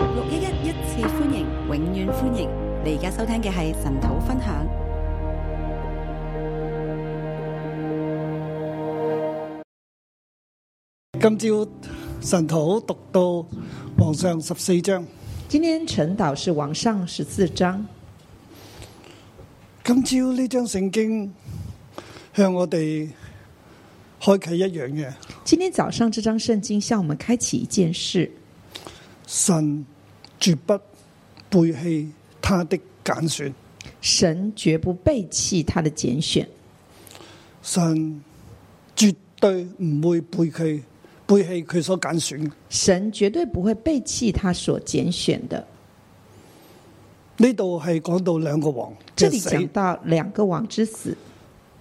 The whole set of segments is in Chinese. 六一一一次歡迎，永遠歡迎！你而家收聽嘅係神土分享。今朝神徒讀到皇上十四章，今天晨导是往上十四章，今朝呢章聖經向我哋開啟一樣嘅，今天早上这张圣经向我们开启一件事：神絕不背棄他的揀選，神绝不背弃他的拣选，神絕對唔會背佢背棄佢所揀選嘅。神绝对不会背弃他所拣选的。呢度係講到兩個王这嘅里死，讲到两个王之死，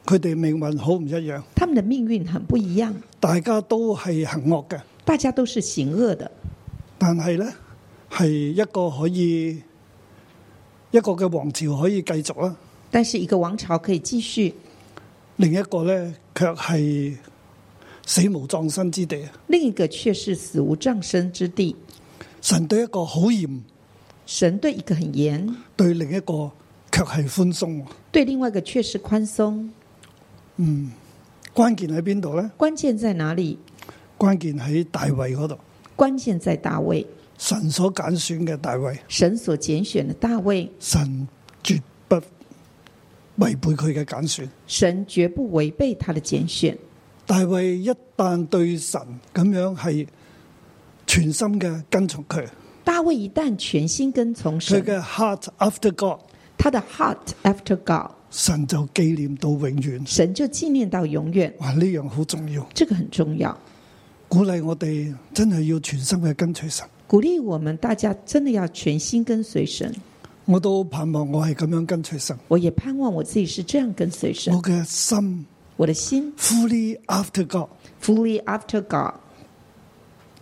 佢哋命運好唔一樣，他们的命运很不一样，大家都係行惡嘅，大家都是行恶的，但係呢，係一個可以一個嘅王朝可以繼續啦。但是一个王朝可以继续，另一個呢，卻係死無葬身之地。啊另一个却是死无葬身之地。神對一個好嚴，神对一个很严，對另一個卻係寬鬆。对另外一个却是宽松。關鍵喺邊度呢？关键在哪里？關鍵喺大衛嗰度，关键在大卫，神所揀選嘅大衛，神所拣选的大卫。神絕不違背佢嘅揀選。神绝不违背他的拣选。大衛一旦對神咁樣係全心嘅跟從佢，大卫一旦全心跟从佢神，嘅 heart after God，他的 heart after God，神就紀念到永遠。神就纪念到永远。哇！呢樣好重要。这个很重要，鼓勵我哋真係要全心嘅跟隨神。鼓励我们大家真的要全心跟随神。我都盼望我係咁樣跟隨神，我也盼望我自己是这样跟随神我，嘅心我的心 fully after God。 fully after God。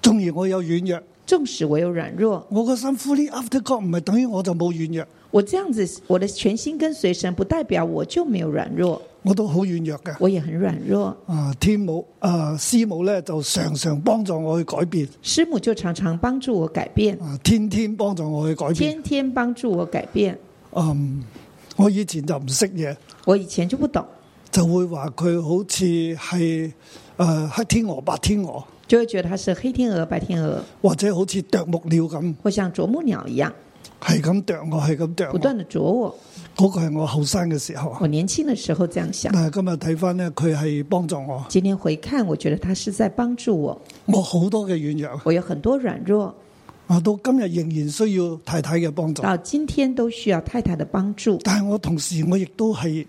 縱然我有軟弱，纵使我有软弱，我個心 fully after God 唔係等於我就冇軟弱，我这样子，我的全心跟随神，不代表我就没有软弱，我都好軟弱嘅。我也很软弱。啊，天母啊，師母咧就常常幫助我去改變，师母就常常帮助我改变，啊，天天幫助我去改變。天天帮助我改变。嗯，我以前就唔識嘢，我以前就不懂，就會話佢好似係誒黑天鵝、白天鵝，就会觉得它是黑天鵝、白天鵝，或者好似啄木鳥咁，或像啄木鳥一样，係咁啄我，係咁啄不我。断的啄我。嗰個係我後生嘅時候啊，我年轻的时候这样想，但係今日睇翻呢，佢係幫助我，今天回看，我觉得他是在帮助我。我好多嘅軟弱我有很多软弱，啊，到今日仍然需要太太嘅幫助，到今天都需要太太的帮助。但係我同時我亦都係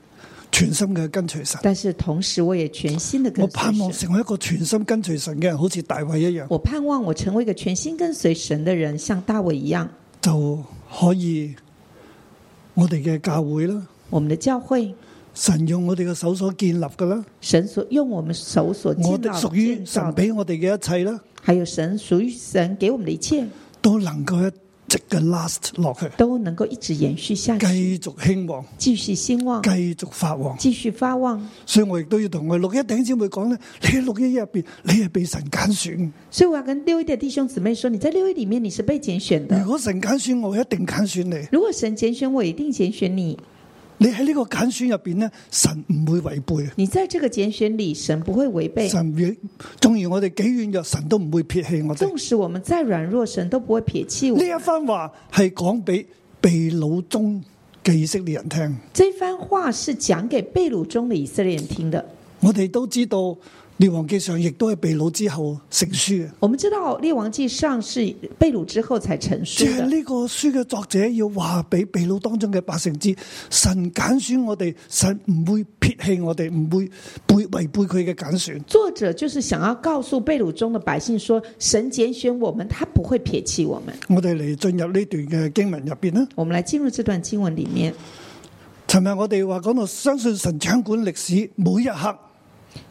全心嘅跟隨神，但是同时，我也全心的我跟随盼望神。成為一個全心跟隨神嘅人，好似大衛一樣，我盼望我成为一个全心跟随神的人，像大卫一样。就可以我哋嘅教會啦，我们的教会，神用我哋嘅手所建立嘅啦，神所用我们手所我建哋造、屬建於造神的，俾我哋嘅一切啦，还有神属于神给我们的一切，都能夠一直嘅 last 落去，都能够一直延续下去，繼續興旺，继续兴旺。繼續發旺。继续发旺。所以我亦都要同我六一頂姊妹講咧，你喺六一一入边，你係被神揀選。所以我要跟六一的弟兄姊妹说，你在六一里面你是被拣选如的。果神揀選我，一定揀選你。如果神拣选我，一定拣选你。你喺呢個揀選入边咧，神唔會違背，你在这个拣选里，神不会违背。神亦纵然我哋幾軟弱，神都唔會撇棄我哋。纵使我们再软弱，神都不会撇弃我呢。一番話係講俾被掳中嘅以色列人聽。这番话是讲给被掳中的以色列人听的。我哋都知道《列王記上亦都係被掳之後成書嘅，我们知道《列王记上》是被掳之后才成书即係的，呢個書嘅作者要話俾被掳當中嘅百姓知，神揀選我哋，神唔會撇棄我哋，唔會背違背佢嘅揀選。作者就是想要告诉被掳中的百姓说，神拣选我们，他不会撇弃我们。我哋嚟進入呢段嘅經文入邊啦。我们来进入这段经文里面。尋日我哋話講到相信神掌管歷史每一刻，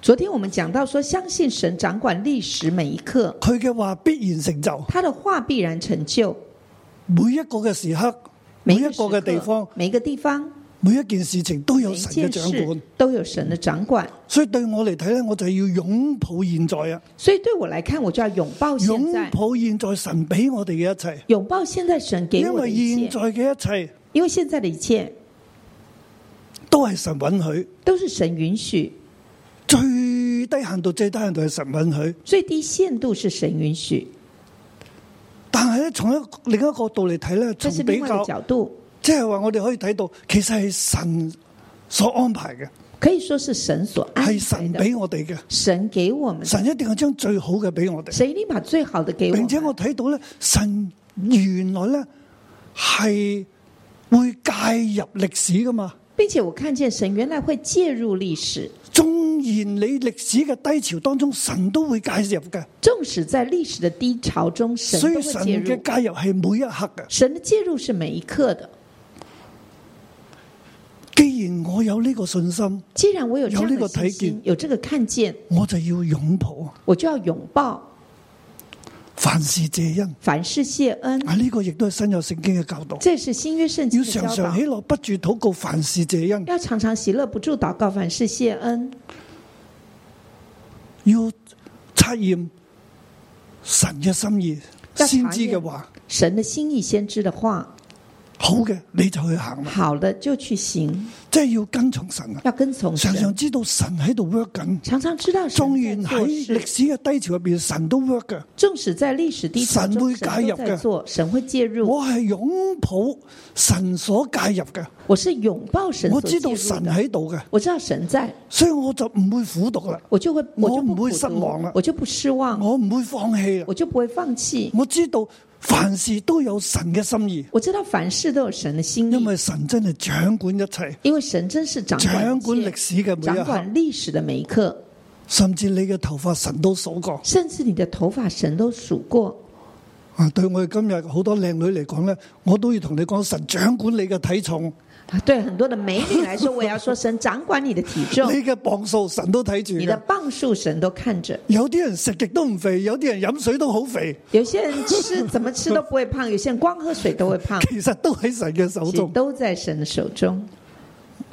昨天我们讲到说，相信神掌管历史每一刻，佢嘅話必然成就。他的话必然成就。每一個嘅時刻，每每一一個個嘅地方，每一个地方，每一件事情都有每一神嘅件掌事管，都有神的掌管。所以對我嚟睇咧，我就要擁抱現在啊，所以对我来看，我就要拥抱现擁在，抱現在神俾我哋嘅一切，拥抱现在神给因我的為一現切在，嘅一切因为现在的一切都係神允許，都是神允许，最低限度最低限度係神允許。最低限度是神允许。但係咧，從一個另一個角度嚟睇咧，这是從比另外的較，角度，即係話我哋可以睇到，其實係神所安排嘅，可以说是神所嗯安係排神的。俾我哋嘅，嗯神给我们的，神一定係將最好嘅俾我哋。神一定把最好的给我並且们我。睇到咧，神原來咧係會介入歷史噶嘛。并且我看见神原来会介入历史，縱然你歷史嘅低潮當中，神都會介入嘅，纵使在历史的低潮中，神所都以会神介嘅入。介入係每一刻嘅。神的介入是每一刻的。既然我有呢個信心，既然我有这有样那个的信睇心，有这个看见，我就要擁抱，我就要拥抱，凡事謝恩。凡事谢恩。啊，呢、個亦都係新有聖經嘅教導，这是新约圣经要的教常常导喜，樂，不住禱告，凡事謝恩，要常常喜乐，不住祷告，凡事谢恩，要測驗神嘅心意，要查驗先知嘅話，神的心意、先知的话，好嘅你就去行啦，好的就去行，即係要跟從神啊，要跟从常神常，知道神喺度 work 緊。常常知道縱神然在做喺歷事。史嘅低潮入边，神都 work 嘅。纵使在历史低潮神中，会神介都入在嘅做，神会介入。我係擁抱神所介入嘅，我是拥抱神我所介知入道的，神喺度嘅，我知道神在，所以我就唔會苦毒啦，我就会我就我唔不会苦失毒望啦我就不失望，我唔會放棄啦。我就不会放弃。我知道凡事都有神嘅心意，我知道凡事都有神的心因意，為神真係掌管一切，因为神真是掌掌管管一歷切史嘅每一掌刻，管历史的每一刻，甚至你嘅頭髮神都數過。甚至你的头发神都数过。啊，对我哋今日好多靚女嚟講咧，我都要同你講，神掌管你嘅體重，啊对很多的美女来说，我也要说神掌管你的体你重，嘅磅數神都睇住你的嘅。磅数神都看着。有啲人食極都唔肥，有啲人飲水都好肥，有些人吃怎么吃都不会 胖，有些人光喝水都会胖，其實都喺神嘅手其实中。都在神啊的手中。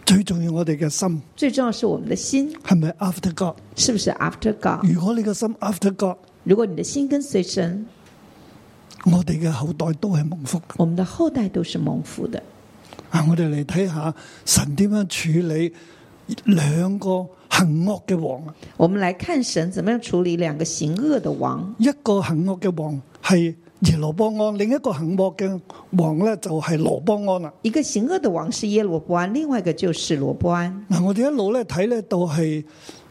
最重要我哋嘅心最重要是我们的心係咪 after God？是不是 after God？如果你嘅心 after God，如果你的心跟随神，我哋嘅後代都係蒙福嘅。我们的后代都是蒙福的。啊，我哋嚟睇下神點樣處理兩個行惡嘅王啊！我们来看神怎么样处理两个行恶的王，一個行惡嘅王係耶羅波安，另一個行惡嘅王咧就係羅波安啦。啊一个行恶的王是耶罗波安，另外一个就是罗波安。嗱，我哋一路咧睇咧到係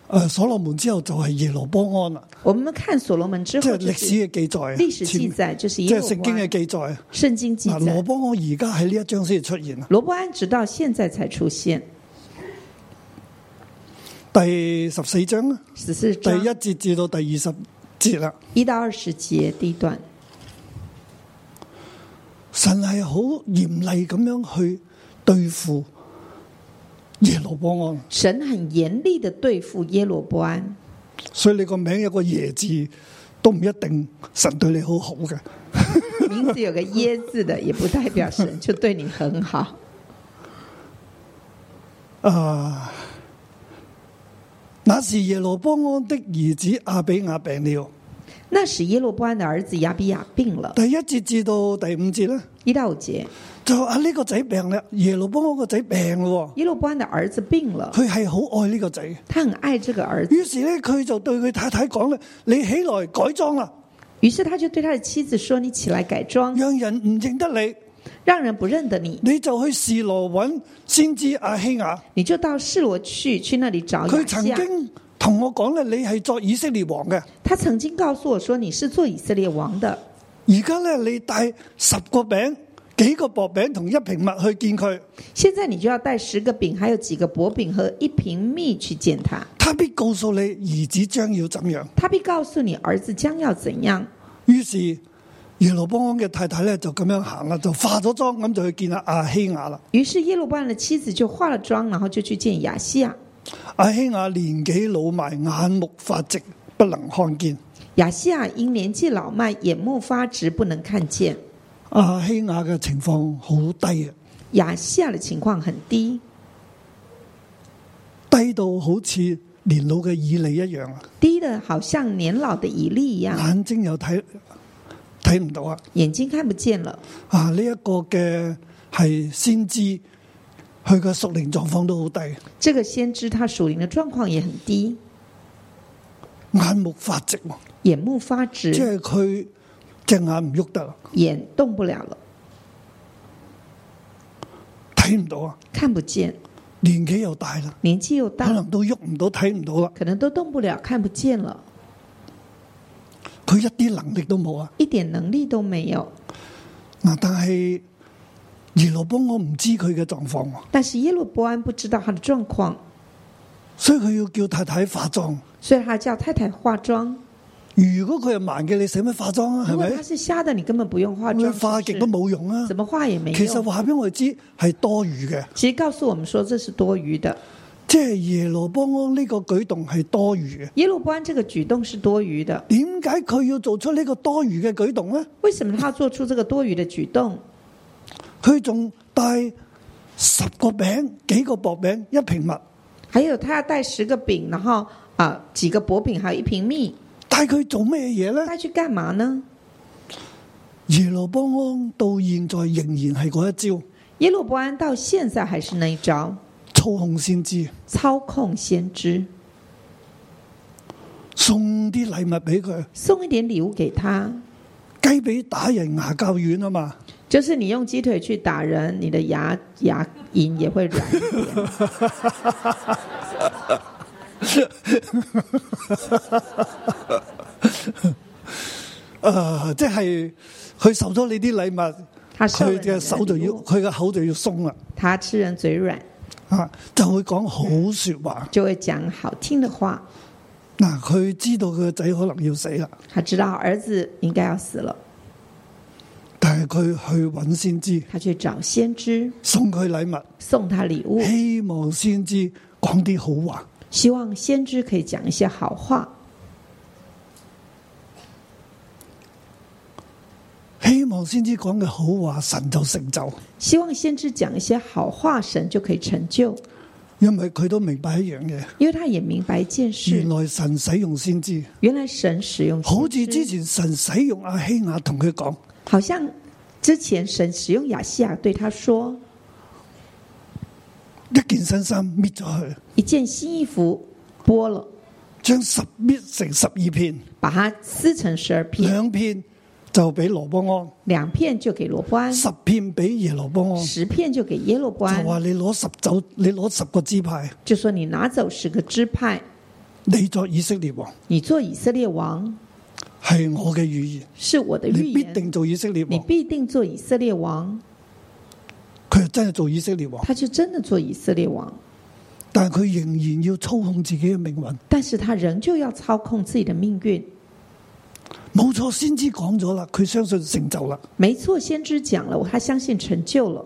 诶所羅門之後就係耶羅波安啦，我们看所罗门之即后係就歷是，史嘅記載啊，历史记前载就是即耶係罗聖波經嘅安，記載啊。圣经记嗱，羅载波安而家喺呢一章先至出現啊。罗波安直到现在才出现。第十四章啊，十四第章一節至到第二十節啊啦。一到二十节第一段，神係好嚴厲咁樣去對付耶羅波安，神很严厉的对付耶罗波安，所以你個名有個耶字都唔一定神對你好好嘅。名字有个耶字的，也不代表神就对你很好。啊，那時耶羅波安的兒子阿比亞病了。那时耶罗波安的儿子亚比亚病了，第一節至到第五節咧，一到五节，就話啊呢個仔病啦，耶羅波安個仔病咯耶罗波安的儿子病了喎，，佢係好愛呢個仔。他很爱这个儿子，於是咧，佢就對佢太太講咧：，你起來改裝啦，于是他就对他的妻子说：“你起来改装，讓人唔認得你，让人不认得你，你就去示羅揾先知阿希雅。你就到示罗去，去那里找佢亚曾西亚。經同我講咧，你係作以色列王嘅，他曾经告诉我说你是做以色列王的，而家咧你帶十個餅、幾個薄餅同一瓶蜜去見佢，现在你就要带十个饼，还有几个薄饼和一瓶蜜去见他。他必告訴你兒子將要怎樣。他必告诉你儿子将要怎样。於是耶羅波安嘅太太咧就咁樣行啊啦，就化咗妝咁就去見阿阿希雅啦。于是耶路巴安的妻子就化了妆，然后就去见亚西亚。阿希雅年紀老邁，眼目發直，不能看見。亚西亚因年纪老迈，眼目发直，不能看见。阿希雅嘅情況好低啊，亚细亚的情况很低，低到好似年老嘅以利一樣啊，低的好像年老的以利一样，眼睛又睇睇唔到啊！眼睛看不见了。啊，呢、一個嘅係先知，佢嘅屬靈狀況都好低，这个先知他属灵的状况也很低，眼目發直喎，眼目发即直，係佢隻眼唔喐得啊，眼动不了了，睇唔到啊，看不见，年紀又大啦，年纪又可大，能都喐唔到，睇唔到啦，可能都动不了，看不见了，佢一啲能力都冇啊！一点能力都没有。嗱，但係耶羅波我唔知佢嘅狀況喎，但是耶路伯安不知道他的状况，所以佢要叫太太化妝。所以他叫太太化妆。如果佢係盲嘅，你使乜化妝啊？如係果咪他？是瞎的，你根本不用化妆佢，化極是不都是冇用啊！怎么化也没其實用。話俾我哋知係多餘嘅，其实告诉我们说这是多余的。即係耶羅波安呢個舉動係多餘嘅。耶路伯安这个举动是多余的，點解佢要做出呢個多餘嘅舉動呢？为什么他做出这个多余的举动？佢仲帶十個餅、幾個薄餅、一瓶蜜，还有他要带十个饼，然后啊几个薄饼，还有一瓶蜜，帶佢做咩嘢呢？带去干嘛呢？耶羅波安到現在仍然係嗰一招耶路伯安到现在还是那一招，操控先知，操控先知，送啲禮物俾佢，送一点礼物给他，雞髀打人牙較軟啊嘛。就是你用鸡腿去打人，你的牙牙龈也会软 一点。诶、呃即係佢受咗你啲禮物，他受了佢你嘅的手就礼要，物佢嘅口就要鬆啦。他吃人嘴软，啊，就會講好说話。就会讲好听的话。嗱，佢知道佢個仔可能要死啦，他知道儿子应该要死了，但係佢去揾先知，他去找先知送佢禮物，送他礼物，希望先知講啲好話。希望先知可以讲一些好话，希望先知講嘅好話，神就成就，希望先知讲一些好话，神就可以成就，因為佢都明白一樣嘢，因为他也明白一件原事，來神使用先知，原来神使用先知好似之前神使用阿希亞同佢講，好像之前神使用亚细亚对他说一件新衫搣咗佢，一件新衣服剥了，將十搣成十二片，把它撕成十二片，兩片就俾羅波两片就给罗伯安安，，十片俾耶羅波安。十片就给耶罗伯就話安，你攞十走，啊你攞十個支派，就说你拿走十个支派，你作以色列王你做以色列王係我嘅預言，是我的预你必言。定做以色列你王。必定做以色列王，佢係真係做以色列王，他就真的做以色列王，但係佢仍然要操控自己嘅命運。但是他仍旧要操控自己的命运。冇錯，先知講咗啦，佢相信成就啦，没错，先知讲了，他相信成就了，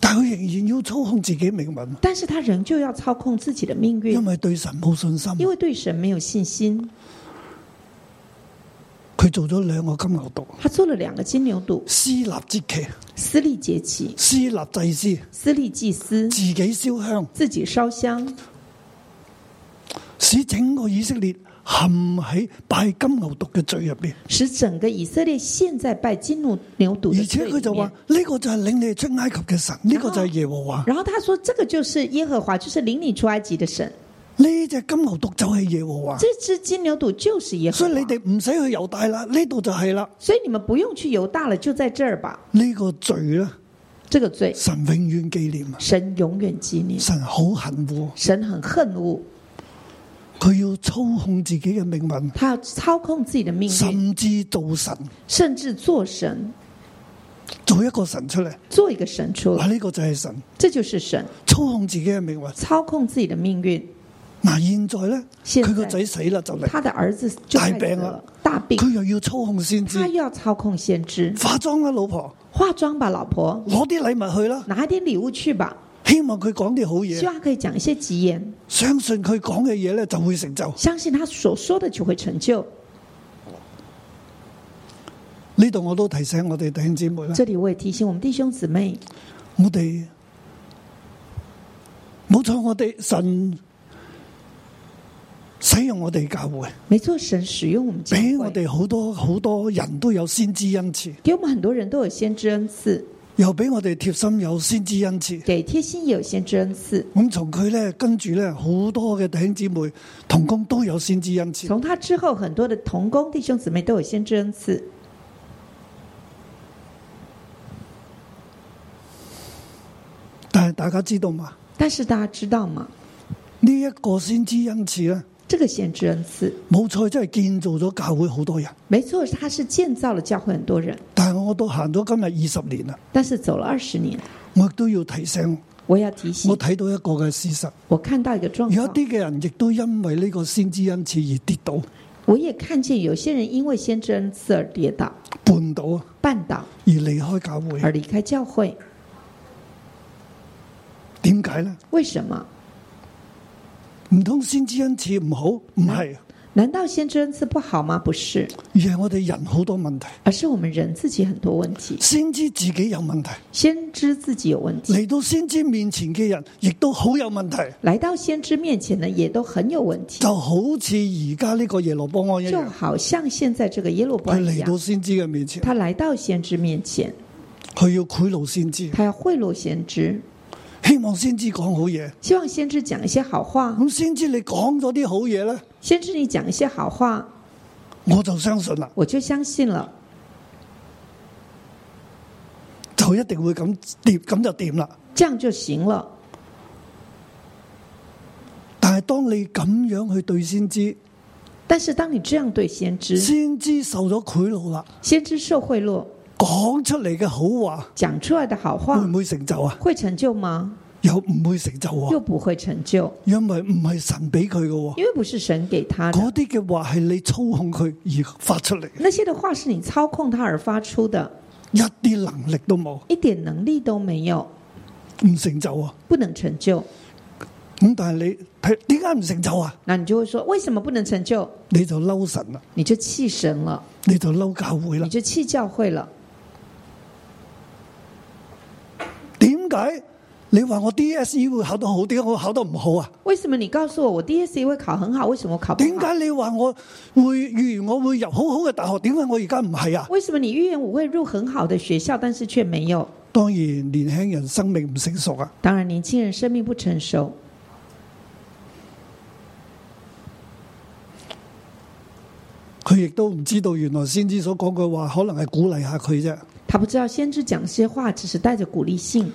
但係佢仍然要操控自己命運，但是他仍旧要操控自己的命因运，為對神冇信心。因为对神没有信心。佢做咗兩個金牛犢，他做了两个金牛犊，私立節期，私立节期，私立祭司，私立祭司自己燒香，自己烧香，使整個以色列陷喺拜金牛犢嘅罪入邊。使整个以色列现在拜金牛牛犊而的且罪佢里就話面。呢個就係領你哋出埃及嘅神，呢、個就係耶和華。然后他说：“这个就是耶和华，就是领你出埃及的神。呢只金牛犊就係耶和華，这只金牛犊就是耶和华。所以你哋唔使去猶大啦，呢度就係啦。所以你们不用去犹大了，就在这儿吧。呢、個罪咧，这个罪，神永遠紀念啊，神永远纪念。神好恨惡，神很恨恶，佢要操控自己嘅命運，他要操控自己的命运，甚至做神，甚至做神，做一個神出嚟。做一个神出嗱，来。呢個就係神这就是神操控自己嘅命運。操控自己的命运。嗱，現在咧，現在佢個仔死啦就嚟，他的儿子就大快死病啊了了，大病，佢又要操控先知他又要操控先知。化妝啦，老婆化妆吧，老婆，攞啲禮物去啦，拿一点礼物去吧。希望佢講啲好嘢希。望他可以讲一些吉言，相信佢講嘅嘢咧就會成就。相信他所说的就会成就。呢度我都提醒我哋弟兄姊妹啦，这里我也提醒我们弟兄姊妹，我哋冇錯，我哋神使用我哋教會，没错，神使用我们教俾我会，哋好多好多人都有先知恩賜，给我们很多人都有先知恩赐，又俾我哋貼心有先知恩賜。给贴心也有先知恩赐。咁從佢咧，跟住咧，好多嘅弟兄姊妹同工都有先知恩賜。从他之后，很多的同工弟兄姊妹都有先知恩赐。但係大家知道嘛？但是大家知道吗？呢、一個先知恩賜咧，这个先知恩赐，冇錯，真係建造咗教會好多人。没错，他是建造了教会很多人，但係我都行咗今日二十年啦，但是走了二十年，我亦都要提醒，我要提醒我，睇到一個嘅事實，我看到一个状有一况，啲嘅人亦都因為呢個先知恩賜而跌倒、我也看见有些人因为先知恩赐而跌倒、绊倒啊，绊倒，而離開教會。而离开教会。點解呢？为什么？唔通先知恩賜唔好？唔係，啊难道先知恩赐不好吗？不是，而係我哋人好多問題，而是我们人自己很多问题，先知自己有問題。先知自己有问题。嚟到先知面前嘅人，亦都好有問題，来到先知面前呢，也都很有问题，就好似而家呢個耶羅波安一就樣，好像现在这个耶路伯佢一嚟样到，先知嘅面前，他来到先知面前，佢要賄賂先知，他要贿赂先知，希望先知講好嘢。希望先知讲一些好话。咁先知你講咗啲好嘢咧，先知你讲一些好话，我就相信啦，我就相信了，就一定會咁掂，咁就掂啦。这样就行了。但係當你咁樣去對先知，但是当你这样对先知，先知受咗賄賂啦，先知受贿赂，講出嚟嘅好話讲出来的好會话唔會成就啊？会成就吗？又唔會成就喎，又不会成就，因為唔係神俾佢嘅喎，因为不是神给他的。嗰啲嘅話係你操控佢而發出嚟，那些的话是你操控他而发出的，一啲能力都冇，一点能力都没有，唔成就啊！不能成就。咁但係你睇點解唔成就啊？那你就会说，为什么不能成就？你就嬲神啦，你就气神了，你就嬲教會啦你。就气教会了。點解你話我 DSE 會考得好啲，我考得唔好啊？为什么你告诉我我 DSE 会考很好，为什么我考不點好解？你話我會預言我會入好好嘅大學？點解我而家唔係啊？为什么你预言我会入很好的學校，但是却沒有？當然年輕人生命唔成熟啊，當然，年輕人生命不成熟，佢亦都唔知道原來先知所講嘅話可能係鼓勵下佢啫，他不知道先知講些話只是帶着鼓勵性，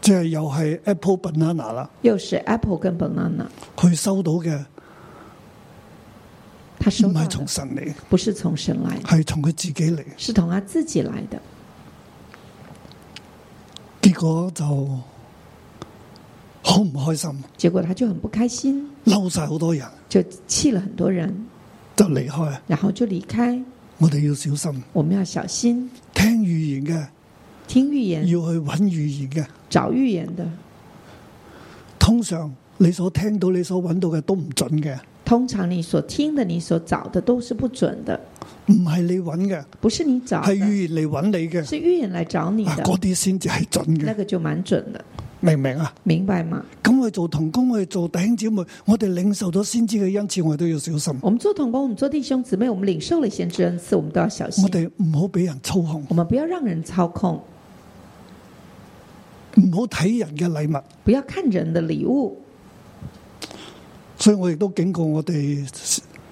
即係又係 Apple banana 啦，又是 Apple 跟 Banana，佢收到嘅他唔收到係從的神嚟，不是從神來的，係從佢自己嚟，是從他自己來的，結果就好唔開心，結果他就很不開心，嬲晒好多人，就氣了很多人，就離開。然後就離開。我哋要小心，我們要小心聽預言嘅聽預要言，去揾預言嘅，找預言的，通常你所聽到、你所揾到嘅都唔準嘅，通常你所聽的、你所找的都是不準的，唔係你揾嘅。不是你找系的，预言嚟揾你嘅，是預言來找你啊的，嗰啲先至係準那嘅，個就蠻準的。明唔明啊？明白吗？咁去做童工，去做弟兄姊妹，我哋領受咗先知嘅恩賜，我哋都要小心，我们做同工，我们做弟兄姊妹，我们领受了先知恩赐，我们都要小心我。哋唔好俾人操控，我们不要让人操控，唔好睇人嘅禮物。不要看人的礼物。所以我亦都警告我哋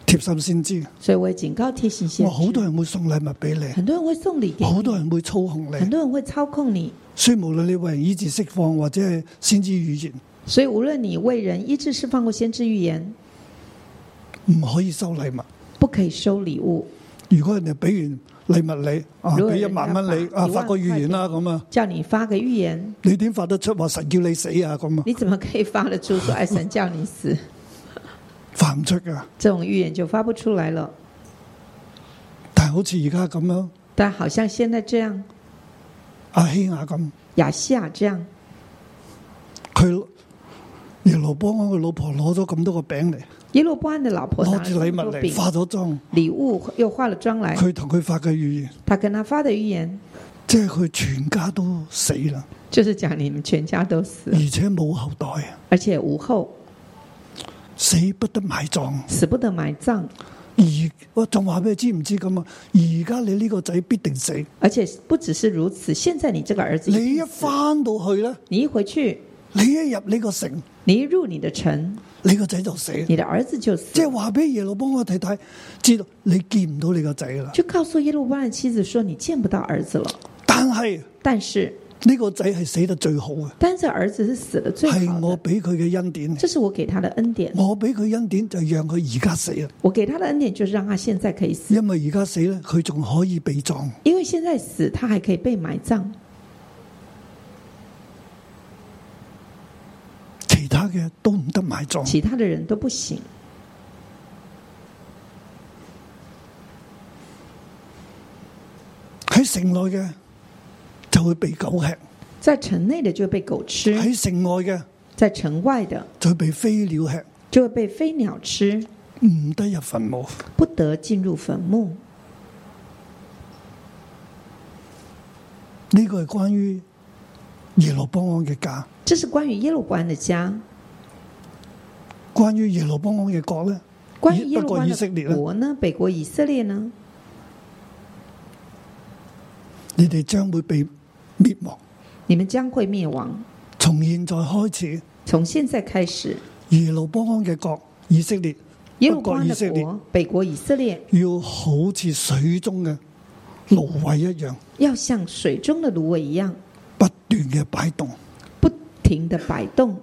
貼心先知，所以我也警告贴心先我知，好多人會送禮物俾你，很多人会送礼给好你，多人會操控很你。多人会操控你。所以無論你為人醫治釋放或者係先知預言，所以无论你为人医治释放过先知预言，唔可以收禮物。不可以收礼物，如果人哋俾完禮物你，啊如果俾一人萬家蚊你，發啊一萬發個預言啦咁啊，叫你发个预言，你點發得出話神叫你死啊咁啊？你怎么可以发得出说哎神叫你死？ 發唔出噶。这种预言就发不出来了。但係好似而家咁樣，但好像现在这样，阿希亞咁，亚细亚这样，佢耶羅波安嘅老婆攞咗咁多個餅嚟，耶路波安的老婆拿攞了住禮这么物多嚟饼，化咗妝，礼物又化了妆来。佢同佢發嘅預言他跟他发的预言即係佢全家都死啦，就是讲你们全家都死而了，且冇後代啊，而且无后，死不得埋葬。死不得埋葬，而我仲話俾你知唔知咁啊？而家你呢個仔必定死，而且不只是如此，现在你这个儿子你一定死翻到去咧，你一回去，你一入呢個城，你一入你的城，你個仔就死。你的儿子就死即了。係話俾耶路幫我睇睇，知道你見唔到你個仔啦。就告诉耶路巴的妻子说：“你见不到儿子了，但係但是，呢個仔係死得最好嘅，但这儿子是死的最好係我的，俾佢嘅恩典。这是哎我给他的恩典。我俾佢恩典就讓佢而家死啦，我给他的恩典就是让他现在可以死，因為而家死咧，佢仲可以被葬。因为现在死他还可以被埋葬，其他嘅都唔得埋葬。其他的人都不行。喺城內嘅就會被狗吃，在城内的就被狗吃，喺城外嘅在城外的就會被飛鳥吃，就会被飞鸟吃，唔得入墳墓。不得进入坟墓。呢個係關於耶路邦安嘅家，这是关于耶路伯安的家，關於耶路邦安嘅國咧。关于耶不路伯過安以色列的呢国呢？北国以色列呢？你哋將會被滅亡。你们将会灭亡。從現在開始，从现在开始，耶路邦安嘅國以色列，耶北路伯國安以的色列国，北国以色列要好似水中嘅蘆葦一樣，要像水中的芦苇一样，不斷嘅擺動。不停的摆动。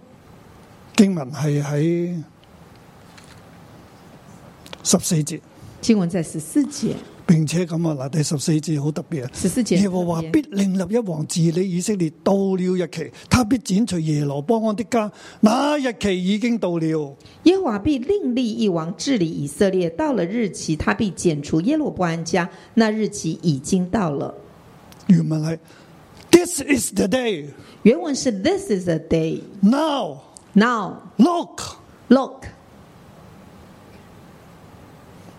經文係喺十四節，经文在十四节，並且咁啊嗱，第十四節好特別啊！十四节耶和華必另立一王治理以色列，到了日期，他必剪除耶羅波安的家。那日期已經到了，耶和华必另立一王治理以色列。到了日期，他必剪除耶路伯安家。那日期已经到了。原文係 This is the day 原文是 This is a day now now look， look，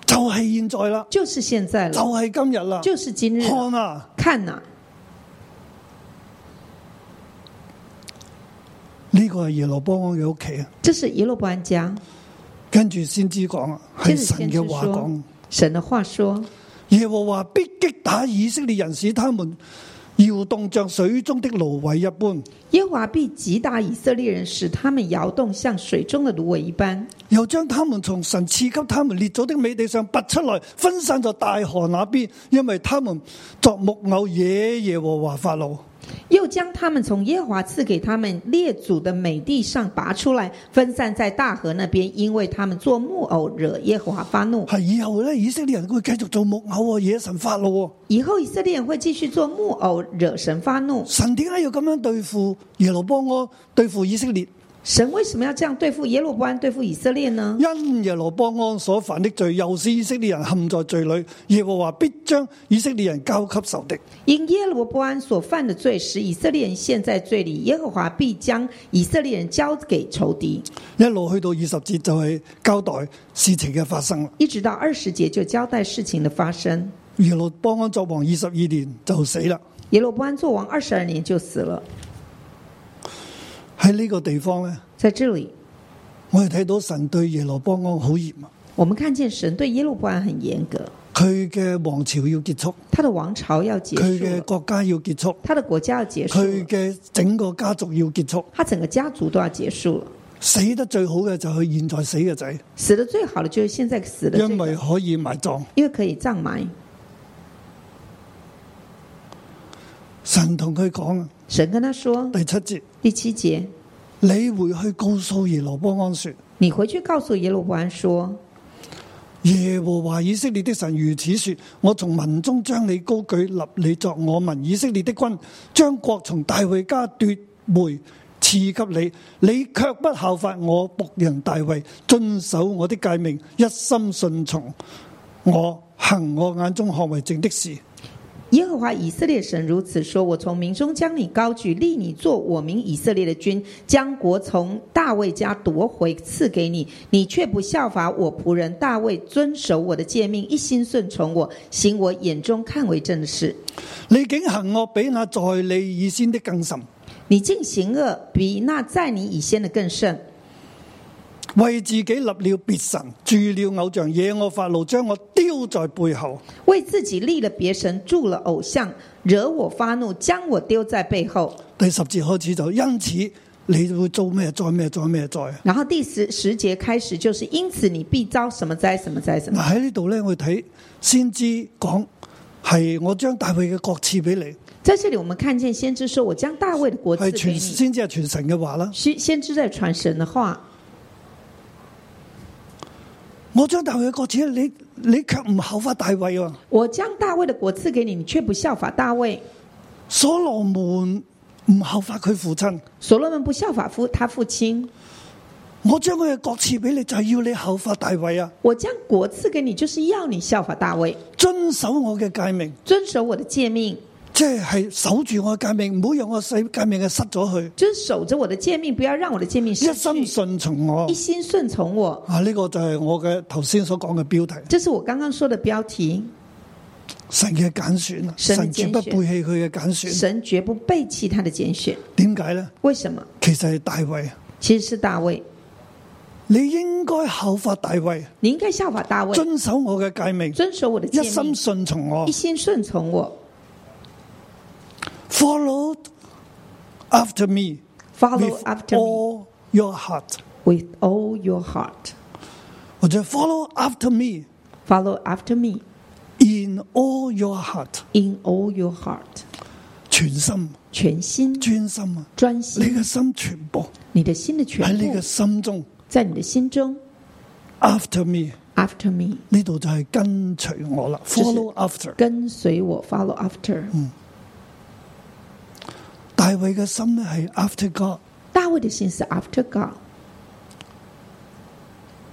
就係現在啦，就是现在就了，係今日啦，就是今日了。看啊！看呐、呢個係耶羅波安嘅屋企啊，这是耶路伯安家。跟住先知講啊，係接着神先知嘅話講说。，神的话说，耶和華必擊打以色列人，使他們搖動像水中的蘆葦一般。耶和华必击打以色列人，使他们摇动，像水中的芦苇一般。又將他們從神賜給他們列祖的美地上拔出來，分散在大河那邊，因為他們作木偶惹耶和華發怒。又将他们从耶和华赐给他们列祖的美地上拔出来，分散在大河那边，因为他们做木偶惹耶和华发怒。係以後咧，以色列人會繼續做木偶啊，惹神發怒啊。以后以色列人会继续做木偶惹神发怒。神點解要咁樣對付耶羅波安，對付以色列？神为什么要这样对付耶罗波安、对付以色列呢？因耶羅波安所犯的罪，又使以色列人陷在罪裏，耶和華必將以色列人交給仇敵。因耶罗波安所犯的罪，使以色列人陷在罪里，耶和华必将以色列人交给仇敌。一路去到二十節就係交代事情嘅發生啦。一直到二十节就交代事情的发生。耶路邦安作王二十二年就死啦。耶罗波安做王二十二年就死了。喺呢個地方呢，在这里，我哋睇到神對耶路邦安好嚴啊，我们看见神对耶罗波安很严格，佢嘅王朝要結束，他的王朝要结佢束嘅了，國家要結束，他的国家要结束佢了，嘅整個家族要結束。他整个家族都要结束了。死得最好嘅就係佢現在死嘅仔，死的最好的就是现在死的最因為可以埋葬。因为可以葬埋。神同佢講啊，神跟他说，第七節，第七节，你回去告訴耶路邦安說。你回去告诉耶罗伯安说，耶和华以色列的神如此说：我从民中将你高举，立你作我民以色列的君，将国从大卫家夺回，赐给你。你却不效法我仆人大卫，遵守我的诫命，一心顺从我，行我眼中看为正的事。耶和华以色列神如此说：我从民中将你高举，立你做我民以色列的君，将国从大卫家夺回，赐给你。你却不效法我仆人大卫，遵守我的诫命，一心顺从我，行我眼中看为正的事。你竟行惡比那在你以先的更甚，你竟行恶，比那在你以先的更甚。為自己立了別神，鑄了偶像，惹我發怒，將我丟在背後。为自己立了别神，铸了偶像，惹我发怒，将我丢在背后。第十節開始就因此你會遭咩災咩災咩災啊！然后第十十节开始就是，因此你必遭什么灾什么灾什么。嗱喺呢度咧，我哋睇先知講係我將大衛嘅國賜俾你，在这里我们看见先知说：“我将大卫的国赐係给全你。先知係全神嘅話啦。先”先知在传神的话，我將大衛嘅國賜俾你，你卻唔效法大衛喎。我将大卫的国赐给你，你却不效法大卫。所羅門唔效法佢父親，所罗门不效法父他父亲，我將佢嘅國賜俾你就係要你效法大衛啊，我将国赐给你，就是要你效法大卫，遵守我嘅誡命。遵守我的诫命，即係守住我嘅诫命，唔好让我使诫命嘅失咗去，就是守着我的诫命，不要让我的诫命一失心去，順從我一。心顺从我。啊，呢、個就係我嘅頭先所講嘅標題，这是我刚刚说的标题。神嘅揀選啊，神嘅神絕不揀選背棄佢嘅揀選。神绝不背弃他的拣选。點解呢？为什么？其實係大衛，其实是大卫，你應該效法大衛，你应该效法大卫，遵守我嘅诫命，遵守我的一诫命，心順從我一心顺从我，follow after me ，follow with after me all your heart， with all your heart。或者 follow after me Follow after me in all your heart， in all your heart，全心全心專心啊！专你心，嘅心全部你的心的喺全你嘅部心中。在你的心中。 After me After me，呢度就係跟隨我啦就是，follow after。跟随我，follow after。大衛嘅心咧係 after God，大卫的心是 after God，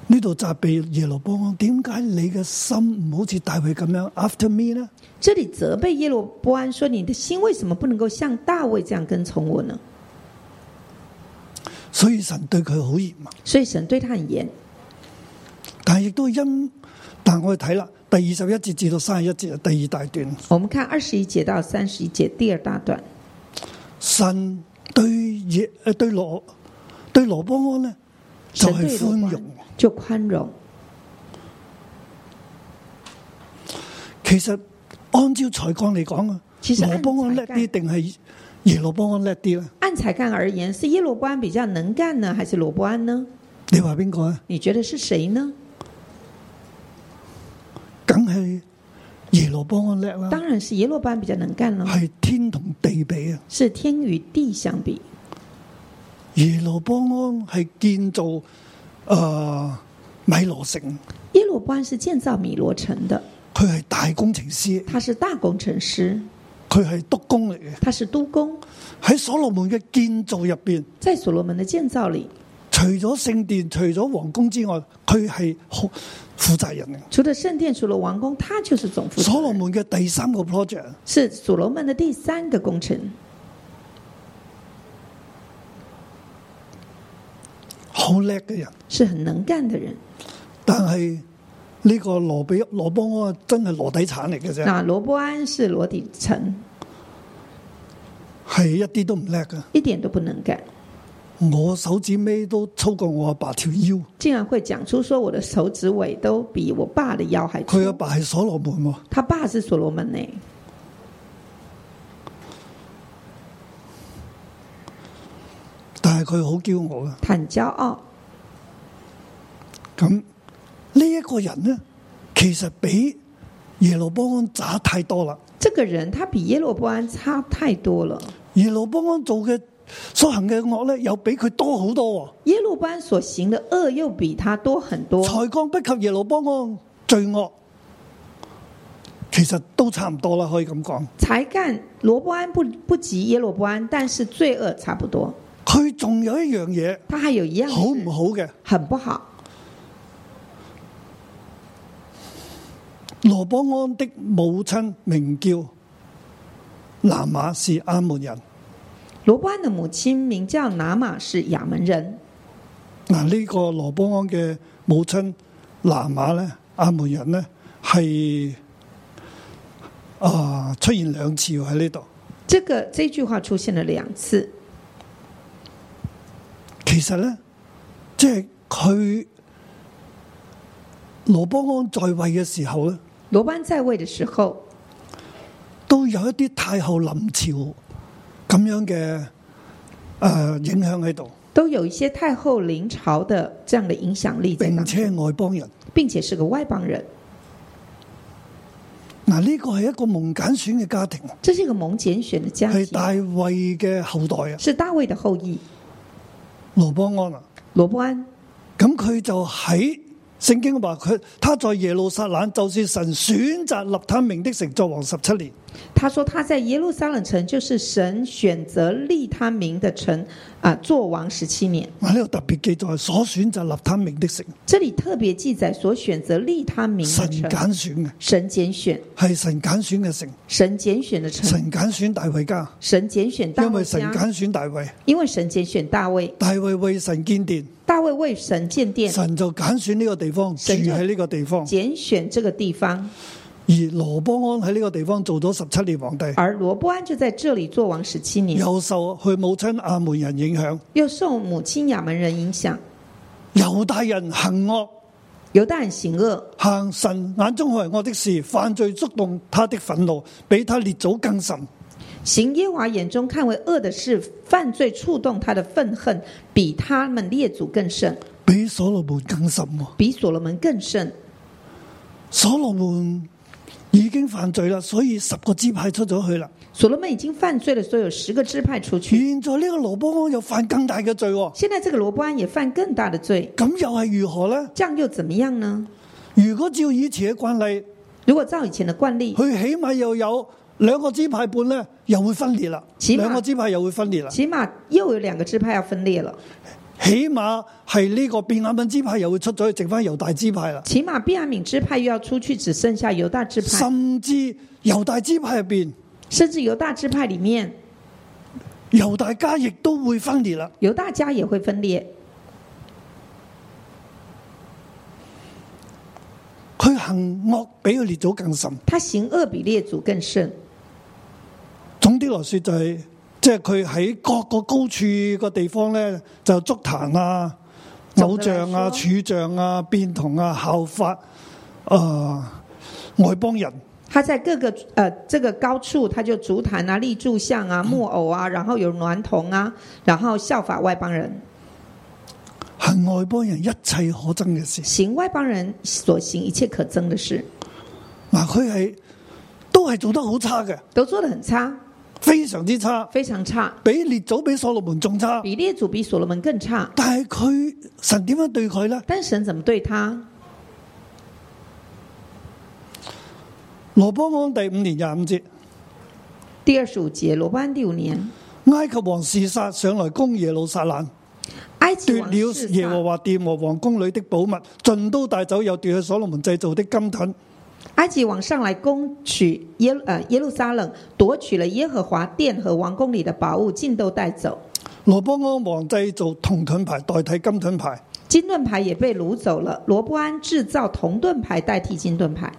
呢度責備耶羅波安，點解你嘅心唔好似大衛咁樣 after me 呢？这里责备耶罗波安说：“你的心为什么不能够像大卫这样跟从我呢所以神對佢好嚴啊，？”所以神对他很严。但係亦都因，但我哋睇啦，第二十一節至到三十一節第二大段，我们看二十一节到三十一节第二大段，神對耶诶对罗对罗波安呢，就神係对寬罗容伯。就宽容。其實按照才幹嚟講啊，其實羅按波安叻才啲幹定係耶羅波安叻啲咧？按才干而言，是耶罗波安比较能干呢，还是罗伯安呢？你話邊個啊？你觉得是谁呢？梗係耶羅波安叻啦，当然是耶罗波安比较能干了，係天同地比啊！是天与地相比。耶羅波安係建造诶、呃米羅城，耶罗波安是建造米罗城的，佢係大工程師，他是大工程师，佢係督工嚟嘅。他是督工。喺所羅門嘅建造入边，在所罗门的建造里，除咗聖殿、除咗皇宮之外，佢係好負責人嚟。除了圣殿，除了王宫，他就是总负责人所羅門嘅第三個 project 是所罗门的第三个工程，好叻嘅人，是很能干的人。但係呢個羅比羅波安真係羅底產嚟嘅啫，那罗伯安是罗底城，係一啲都唔叻嘅。一点都不能干，我手指尾都粗過我阿爸條腰，竟然会讲出说我的手指尾都比我爸的腰还粗佢。阿爸係所羅門喎，他爸是所罗门呢，但係佢好驕傲嘅。他很骄傲。咁呢一個人呢，其實比耶路波安渣太多啦。这个人他比耶罗波安差太多了。耶路波安做嘅所行嘅惡呢，又比佢多好多耶罗波安所行的恶又比他多很多喎。，才干不及耶路波安罪惡，其實都差唔多啦，可以咁講。才干罗伯安不不及耶罗波安，但是罪恶差不多。佢仲有一樣嘢他还有一样是好唔好嘅，很不好。羅波安的母親名叫拿馬是阿門人。罗伯安的母亲名叫拿玛，是亚门人。嗱，呢個羅波安嘅母親拿馬咧，阿門人咧係啊出現兩次喎喺呢度。这个这句话出现了两次。其實咧，即係佢羅波安在位嘅時候咧，罗伯安在位的时候，都有一啲太后臨朝咁樣嘅诶、呃影響喺度，都有一些太后临朝的这样的影响力在並当中，且外邦人。并且是个外邦人。嗱，呢個係一個蒙揀選嘅家庭，这是一个蒙拣选的家係庭，大衛嘅後代啊，是大卫的后裔羅波安啊。罗伯安。咁佢就喺聖經話佢，他在耶路撒冷，就是神選擇立他名的城作王十七年。他说他在耶路撒冷城，就是神选择立他名的城啊，做王十七年。嗱，呢度特別記載所選擇立他名的城，这里特别记载所选择立他名神的揀城，選嘅，神拣选，係神揀選嘅城，神拣选的城，神揀選大衛家，神拣选嗯大因卫為神家，揀選大衛，因为神拣选大卫，大衛為神建殿，大卫为神建殿，神就揀選呢個地方住神就喺呢個地方，拣选这个地方，而羅波安喺呢個地方做咗十七年皇帝，而罗伯安就在这里做王十七年，又受佢母親亞門人影響，又受母亲亚门人影响，猶大人行惡。犹大人行恶，行神眼中看為我的事，犯罪觸動他的憤怒，比他列祖更甚。行耶和华眼中看为恶的事，犯罪触动他的愤恨，比他们列祖更甚，比所羅門更甚喎。比所罗门更甚。所羅門已經犯罪啦，所以十個支派出咗去啦。所罗门已经犯罪了，所以有十个支派出去。現在呢個羅波安又犯更大嘅罪喎，现在这个罗伯安也犯更大的罪，咁又係如何呢？这样又怎么样呢？如果照以前嘅慣例，如果照以前的惯例，佢起碼又有兩個支派半呢，又會分裂啦。起碼兩個支派又會分裂啦。起码又有两个支派要分裂了，起碼係呢個便雅憫支派又會出咗去，剩翻猶大支派啦。起码便雅敏支派又要出去，只剩下犹大支派，甚至猶大支派入邊。甚至犹大支派里面猶大家亦都會分裂啦。犹大家也会分裂。佢行惡比佢列祖更甚。他行恶比列祖更甚。總的來說就係、即係佢喺各個高處個地方咧，就築壇啊、總偶的來像啊、說柱像啊、變同啊、效法啊、外邦人。他在各个呃这个高处，他就竹坛啊、立柱像嗯啊、木偶啊，然后有娈童啊，然后效法外邦人，行外邦人一切可憎嘅事，行外邦人所行一切可憎的事，嗱佢係都係做得好差嘅，都做得很差，非常之差，非常差，比列祖比所羅門仲差。比列祖比所罗门更差。但係佢神點樣對佢咧？但神怎么对他？羅波安第五年廿五節。第二十五节，罗班第五年，埃及王示撒上来攻耶路撒冷，埃及夺王了示耶和撒，华殿和王宫里的宝物，尽都带走，又夺去所罗门制造的金盾。埃及王上来攻取耶呃耶路撒冷，夺取了耶和华殿和王宫里的宝物，尽都带走。罗波安王制造铜盾牌代替金盾牌，金盾牌也被掳走了。罗伯安制造铜盾牌代替金盾牌。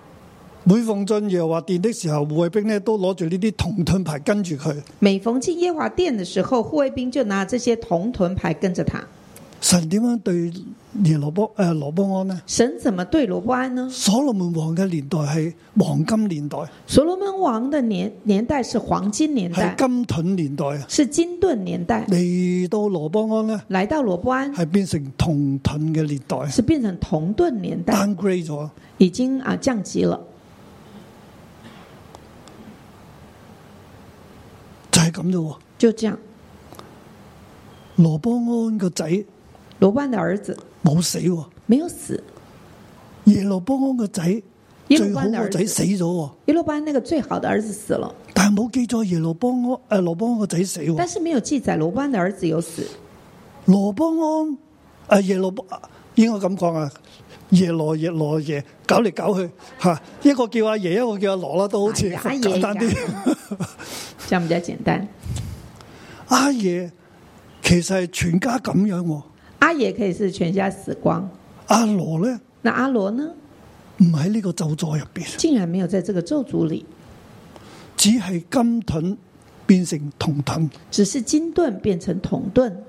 每逢进耶和华殿的时候，护卫兵呢都攞住呢啲铜盾牌跟住佢。每逢进耶和华殿的时候，护卫兵就拿这些铜盾牌跟着他。神点样对耶罗波诶罗波安呢？神怎么对罗伯安呢？所罗门王嘅年代係黄金年代，所罗门王的年年代是黄金年代係，金盾年代啊！是金盾年代。嚟到罗波安呢，来到罗伯安，係變成铜盾嘅年代是变成铜盾年代， ，downgrade 咗。已经啊降级了，就係咁啫喎。就这样。羅波安個仔罗伯安的儿子冇死喎，没有死，耶羅波安個仔耶最好罗伯安的個儿仔子，死咗喎，耶罗伯安那个最好的儿子死了，但係冇記載耶羅波安诶罗波安個仔死但喎。是没有记载罗伯安的儿子有死。呃羅波安诶耶羅波啊應該咁講啊，耶羅耶羅耶，搞嚟搞去吓，一個叫阿爺，一個叫阿羅啦，都好似哎呀簡單啲。这样比较简单。阿爺其實係全家咁樣喎，阿也可以是全家死光，阿羅咧那阿罗呢，唔喺呢個咒詛入边，竟然没有在这个咒诅里，只係金盾變成銅盾，只是金盾变成铜盾，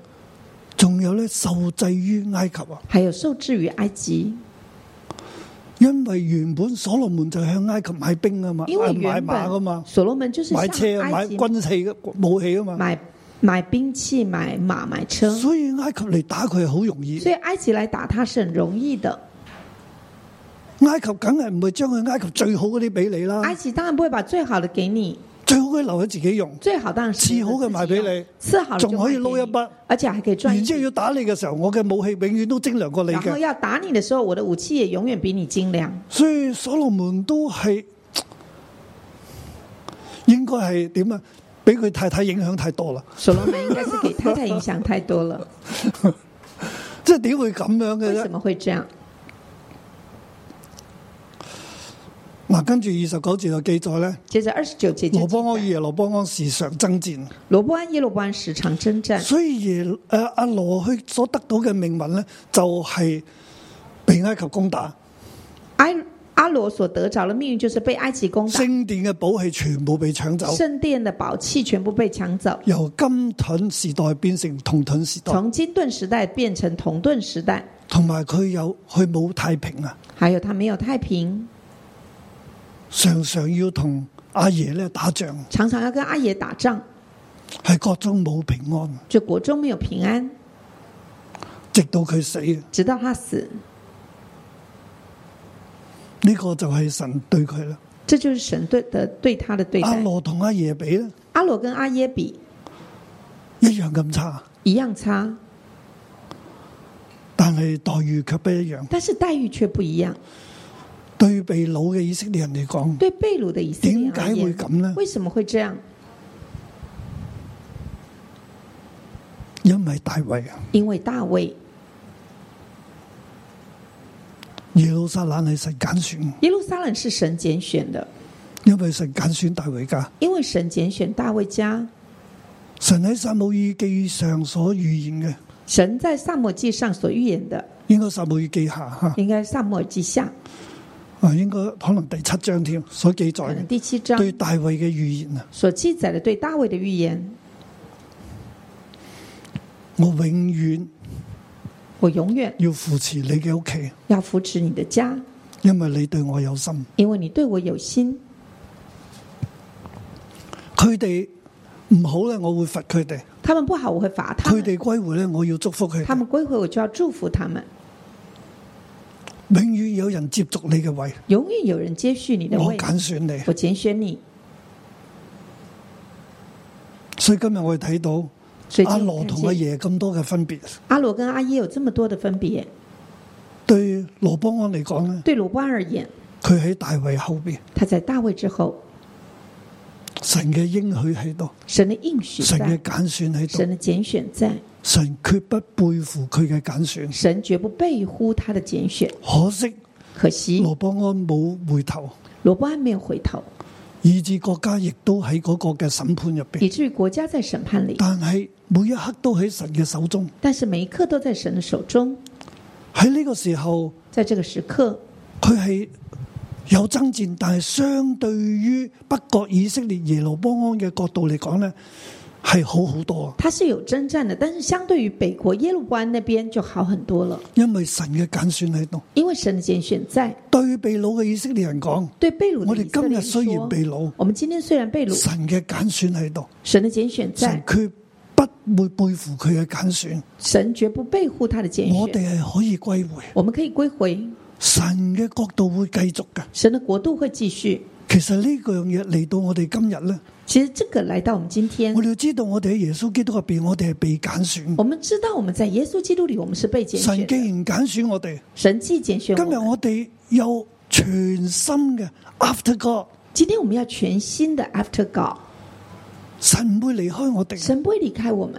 仲有咧受制於埃及啊，还有受制于埃及，因為原本所羅門就向埃及買兵啊嘛，因為啊買原馬噶本嘛，所罗门就是向買車啊，埃買及軍器武器啊嘛，买买兵器、买马、买车，所以埃及嚟打佢係好容易，所以埃及来打他是很容易的。埃及梗係唔會將佢埃及最好嗰啲俾你啦，埃及当然不会把最好的给你，最好嘅留喺自己用，最好当然是次好嘅賣俾你，吃好了就仲可以卖给撈一你筆，而且还可以赚一然之後笔。要打你嘅時候，我嘅武器永遠都精良過你然后嘅，要打你的时候，我的武器也永远比你精良。所以所羅門都係應該係點啊？俾佢太太影響太多啦，所罗门应该是给太太影响太多了，即係點會咁樣嘅为啫什？么会这样？嗱，跟住二十九節就記載咧，接着二十九节就羅记载波安與耶羅波安時常爭戰，罗伯安耶罗伯安时常征战，所以耶诶阿羅去所得到嘅命運咧，就係被埃及攻打，埃阿罗所得着的命运就是被埃及攻打，聖殿嘅寶器全部被搶走，圣殿的宝器全部被抢走，由金盾時代變成銅盾時代，从金盾时代变成铜盾时代，同埋佢有佢冇太平啊，还有他没有太平，常常要同阿爺咧打仗。常常要跟阿爷打仗，系國中冇平安，就国中没有平安，直到佢死。啊呢、直到他死，個就係神對佢啦。这就是神对的对他的对阿待。羅同阿耶比咧，阿罗跟阿耶比一樣咁差，一样差，但係待遇卻不一樣。但是待遇却不一样。對被掳嘅以色列人嚟講，对被掳的以色列點人解而會言，咁呢？为什么会这样？因為大衛啊，因为大卫耶路撒冷係神揀選，耶路撒冷是神拣选的，因為神揀選大衛家。因为神拣选大卫家。神喺撒母耳記上所預言嘅，神在萨摩记上所预言的，應該撒母耳記下吓，应该萨摩耳记下啊，应该可能第七章添所記可能載第七嘅章對大衛嘅預言啊，所记载的对大卫的预言。我永遠我永远要扶持你嘅屋企。要扶持你的家，因为你对我有心。因为你对我有心。佢哋唔好咧，我会罚佢哋；他们不好，我会罚他佢们。哋归回咧，我要祝福佢他哋。们归回，我就要祝福他们。永远有人接续你嘅位，永远有人接续你的我位，拣选你。我拣选你。所以今日我哋睇到所以阿今天罗我看同阿见爷咁多嘅分别，阿罗跟阿耶有这么多的分别。对罗邦安嚟讲咧，对罗伯安而言，佢喺大卫后边，他在大卫之后，神嘅应许喺度，神的应许神在嘅，拣选喺神度，的拣选在，神决不背负佢嘅拣选。神绝不背乎他的拣选。可惜可惜罗邦安冇回头，罗伯安没有回头，以致国家亦都喺嗰个嘅审判入边以。至于国家在审判里，但系每一刻都喺神嘅手中。但是每一刻都在神的手中。喺呢个时候，在这个时刻，佢系有争战，但系相对于北国以色列耶路波安嘅角度嚟讲呢系好好多啊！他是有征战的，但是相对于北国耶路伯安那边就好很多了，因为神嘅拣选喺度。因为神的拣选在。对被掳嘅以色列人讲，对被掳我的哋以色今列日人虽然说，被掳，我们今天虽然被掳，神嘅拣选喺度，神的拣选神在，佢不会背负佢嘅拣选，神绝不背乎他的拣我选。哋系可以归回。我们可以归回，神嘅角度会继续嘅。神的国度会继续。其实呢样嘢嚟到我哋今日呢，其实这个来到我们今天我，哋要知道我哋喺耶稣基督入边，我哋系被拣选。我们知道我们在耶稣基督里，我们是被拣神选既的。然拣选我哋，神既拣选今我日们，我哋有全心嘅 after God，今天我们要全新的 after God，神唔会离开我哋。神不会离开我们。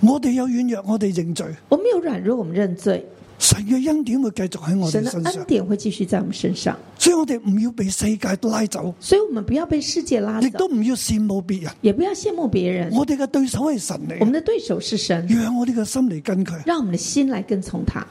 我哋有软弱，我哋认罪，我们有软弱，我们认罪，神神嘅恩典會繼續喺我神哋的身恩上，典会继续在我们身上，所以我哋唔要被世界拉走，所以我们不要被世界拉亦走都，唔要羨慕別人。也不要羡慕别人。我哋嘅對手係神我嚟，们的對手是神，讓我哋嘅心嚟跟佢。讓我們的心來跟從他。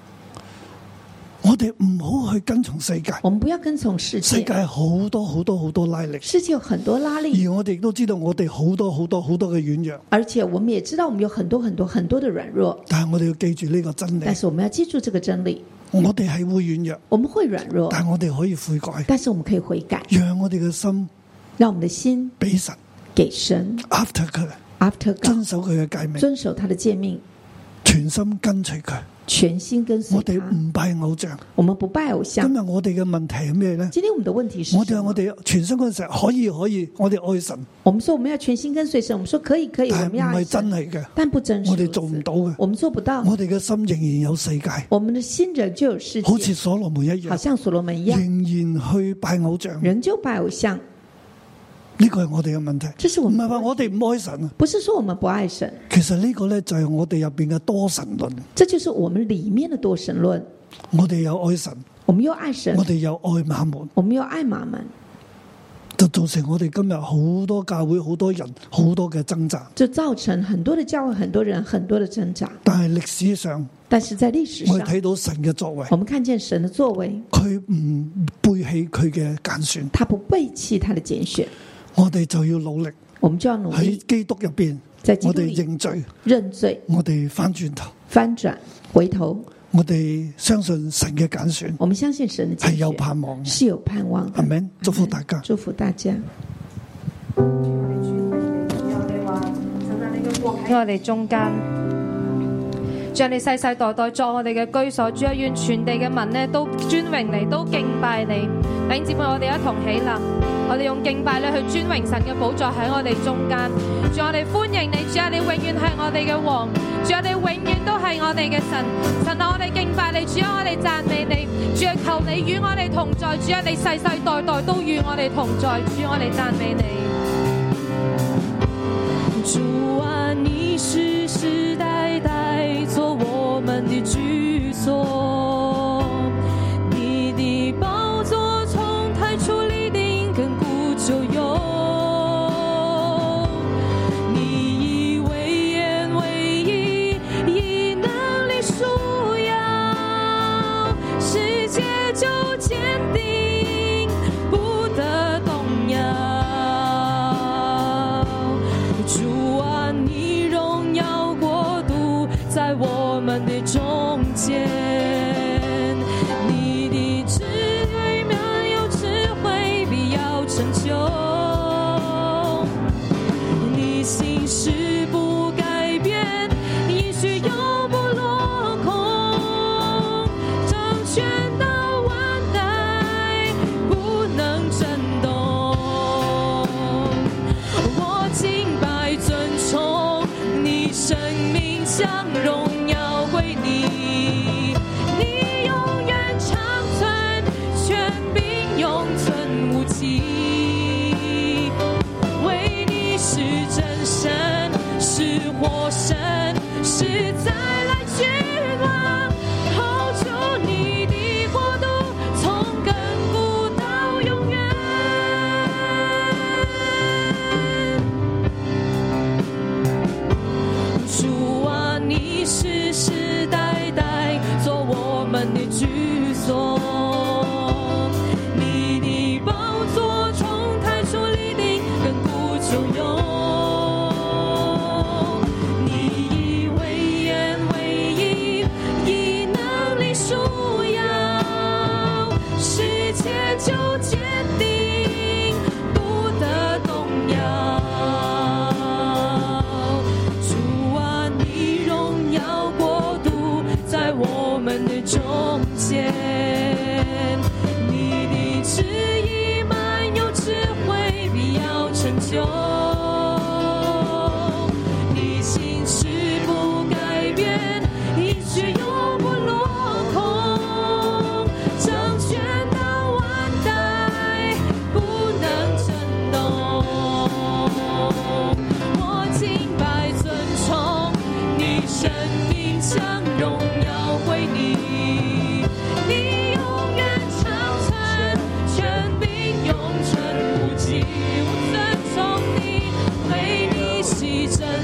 我哋唔好去跟從世界，我們不要跟從世世界界，好多好多好多拉力，世界有很多拉力，而我哋亦都知道我哋好多好多好多嘅軟弱，而且我們也知道我們有很多很多很多的軟弱，但係我哋要記住呢個真理但，是我們要記住這個真理，我哋係會軟弱，我們會軟弱，但係我哋可以悔改，但是我們可以悔改，讓我哋嘅心讓我們的心俾神給神 after 佢， after 遵 God，守佢嘅誡命，遵守他的誡命，全心跟隨佢。全心跟我嗯隨哋他。唔拜偶像。我們不拜偶今像。日我哋嘅問題係咩呢？今天我們的問題是我哋什話麼我哋全身嗰陣時可以可以，我哋愛神，我們說我們要全心跟隨神，我們說可以可以，我但係們唔要愛係真神，係嘅，但不真實。我哋做唔，到嘅。我們做不到，我哋嘅心仍然有世界，我們的心人就有世界，好似嗯所羅門一好樣，像所羅門一樣。仍然去拜偶像。仍旧拜偶像，呢個係我哋嘅問題，这是我唔们係話我哋唔愛神啊。不是说我们不愛神，其實呢個呢，就係我哋入边嘅多神論。这就是我們里面的多神論。我哋有愛神，我們又愛神我，哋有愛馬門，我們又愛馬門，就造成我哋今日好多教會、好多人、好多嘅掙扎。就造成很多的教会、很多人、很多的掙扎。但係歷史上，但是在歷史我上哋，睇到神嘅作為。我們看見神的作為，佢唔背棄佢嘅揀選，他不背棄他的揀選，我哋就要努力我們就要努喺力基督入邊，在基我督哋裏認罪，認罪、我哋翻轉頭，翻轉、回頭。我哋相信神嘅揀選我們相信神的係揀哎有選盼望嘅。是有盼望的。阿 m 祝福大家。祝福大家。喺我哋中間，主啊，你世世代代作我哋嘅居所，主啊，願全地嘅民呢都尊榮你，都敬拜你。弟兄姊妹，我哋一同起立，我哋用敬拜咧去尊榮神嘅寶座喺我哋中間。主啊，我哋歡迎你，主啊，你永遠係我哋嘅王，主啊，你永遠都係我哋嘅神。神啊，我哋敬拜你，主啊，我哋讚美你，主啊，求你與我哋同在，主啊，你世世代代都與我哋同在，主啊，我哋讚美你。主啊，你世世代代做我们的居所，你的宝座从太初立定，亘古就有。你以威严为衣，以能力束腰，世界就坚定，不得动摇。主啊，你荣耀国度在我们的中间，你的智慧妙有智慧，必要成就。你心事不改变，一句永不落空，掌权到万代不能震动。我敬拜尊崇你，生命将荣耀归你，你永远长存，权柄永存无极。为你是真神，是火神，是再来君王。叩求你的国度，从亘古到永远。主啊，你世世代代做我们的居所。你的宝座从太初立定，亘古就有。你啊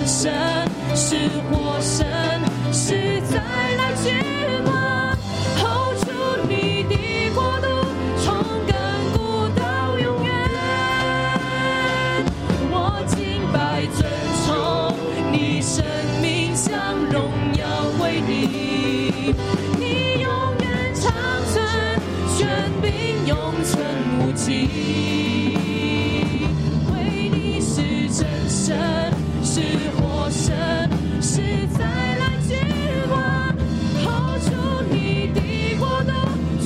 神，是火神，是再来之王，吼出你的国度，从亘古到永远。我敬拜尊崇你生命，像荣耀归你。你永远长存，权柄永存无尽。唯你是真神，是活神，是再来之王，吼出你的国度，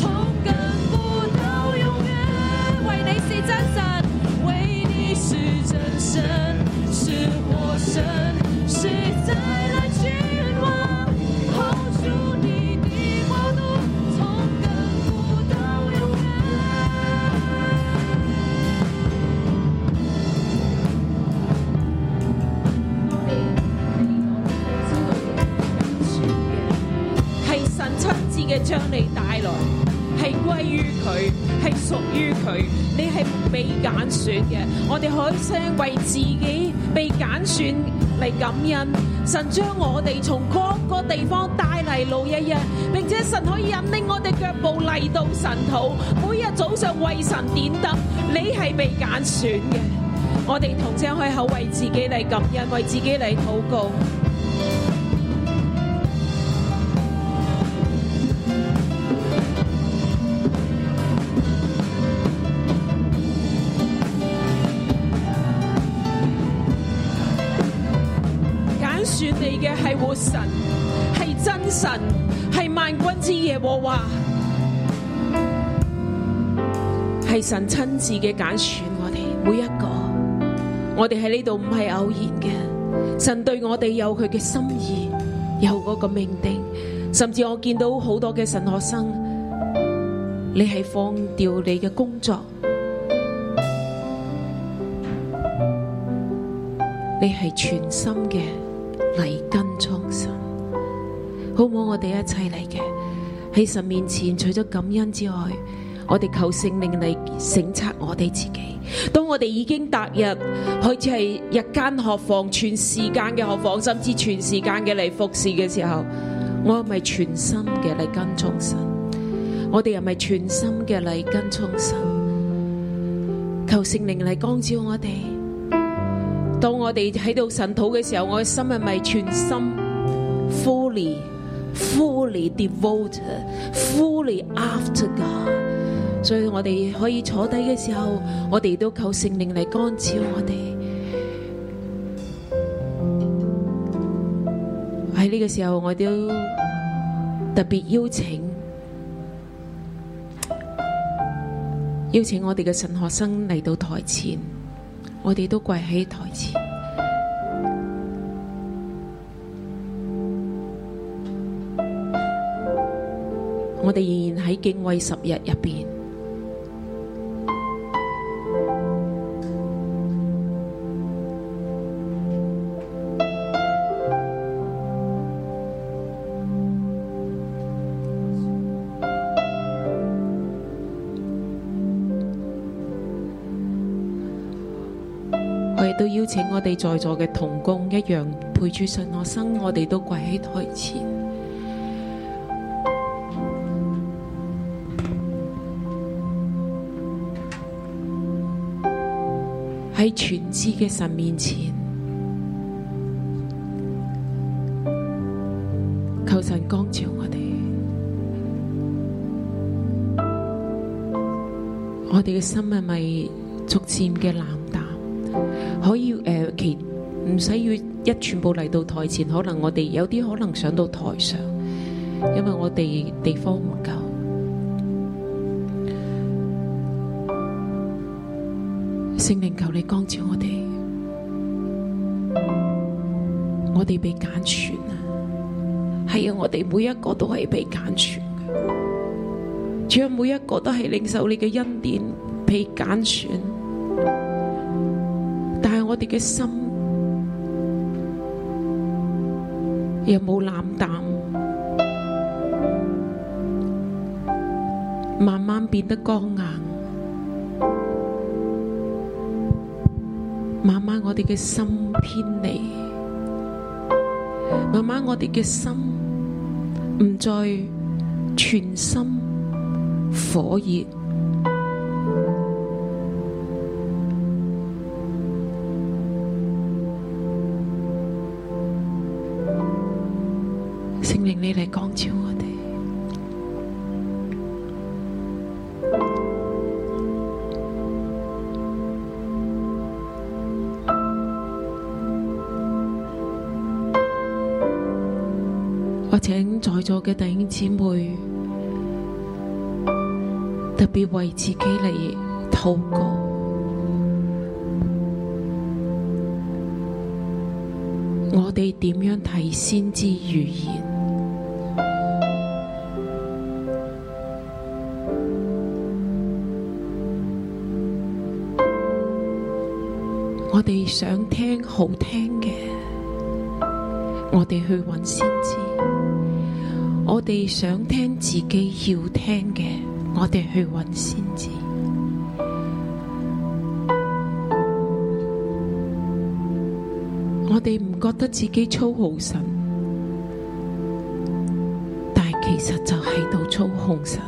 从亘古到永远。为你是真神，为你是真神，是活神，是再来君王。吼出你的国度，从亘古到永远。係神親自嘅將你帶來，係歸於佢，係屬於佢，你係被揀選嘅。我哋可以聲為自己被揀選嚟感恩。神將我哋從各個地方帶嚟路一日，並且神可以引領我哋腳步嚟到神土，每日早上為神點燈。你係被揀選嘅，我哋同聲開口為自己嚟感恩，為自己嚟禱告。拣选你嘅系活神，系真神，系万军之耶和华，系神亲自嘅拣选我哋每一个。我哋喺呢度唔系偶然嘅，神对我哋有佢嘅心意，有嗰个命定。甚至我见到好多嘅神学生，你系放掉你嘅工作，你系全心嘅嚟跟從神，好唔好？我哋一齊嚟嘅喺神面前，除咗感恩之外，我哋求聖靈嚟省察我哋自己。當我哋已經踏入開始係日間學房、全時間嘅學房，甚至全時間嘅嚟服侍嘅時候，我係咪全心嘅嚟跟從神？我哋係咪全心嘅嚟跟從神？求聖靈嚟光照我哋。当我哋喺度神土嘅时候，我嘅心系咪全心 fully fully devoted fully after God？所以我哋可以坐低嘅时候，我哋都求圣灵嚟干照我哋。喺呢个时候，我都特别邀请邀请我哋嘅神学生嚟到台前。我哋都跪喺台前。我哋仍然喺敬畏十日入边，我亦都邀請我哋在座嘅同工一樣陪住信我生，我哋都跪喺台前。喺全知嘅神面前，求神光照我哋，我哋嘅心係咪逐漸嘅冷淡？可以誒、呃其唔使要一全部嚟到台前，可能我哋有啲可能上到台上，因為我哋地方唔夠。聖靈求你光照我哋，我哋被揀選啊！係啊，我哋每一個都係被揀選嘅，主要每一個都係領受你嘅恩典，被揀選。但系我哋嘅心有冇冷淡，慢慢變得剛硬，慢慢我哋嘅心偏離，慢慢我哋嘅心唔再全心火熱，聖靈你嚟光照我哋。我请在座嘅弟兄姊妹特别为自己嚟祷告。我哋点样睇先知预言？我哋想听好听嘅，我哋去揾先知。我哋想听自己要听嘅，我哋去揾先知。我哋唔觉得自己操控神，但系其实就喺度操控神。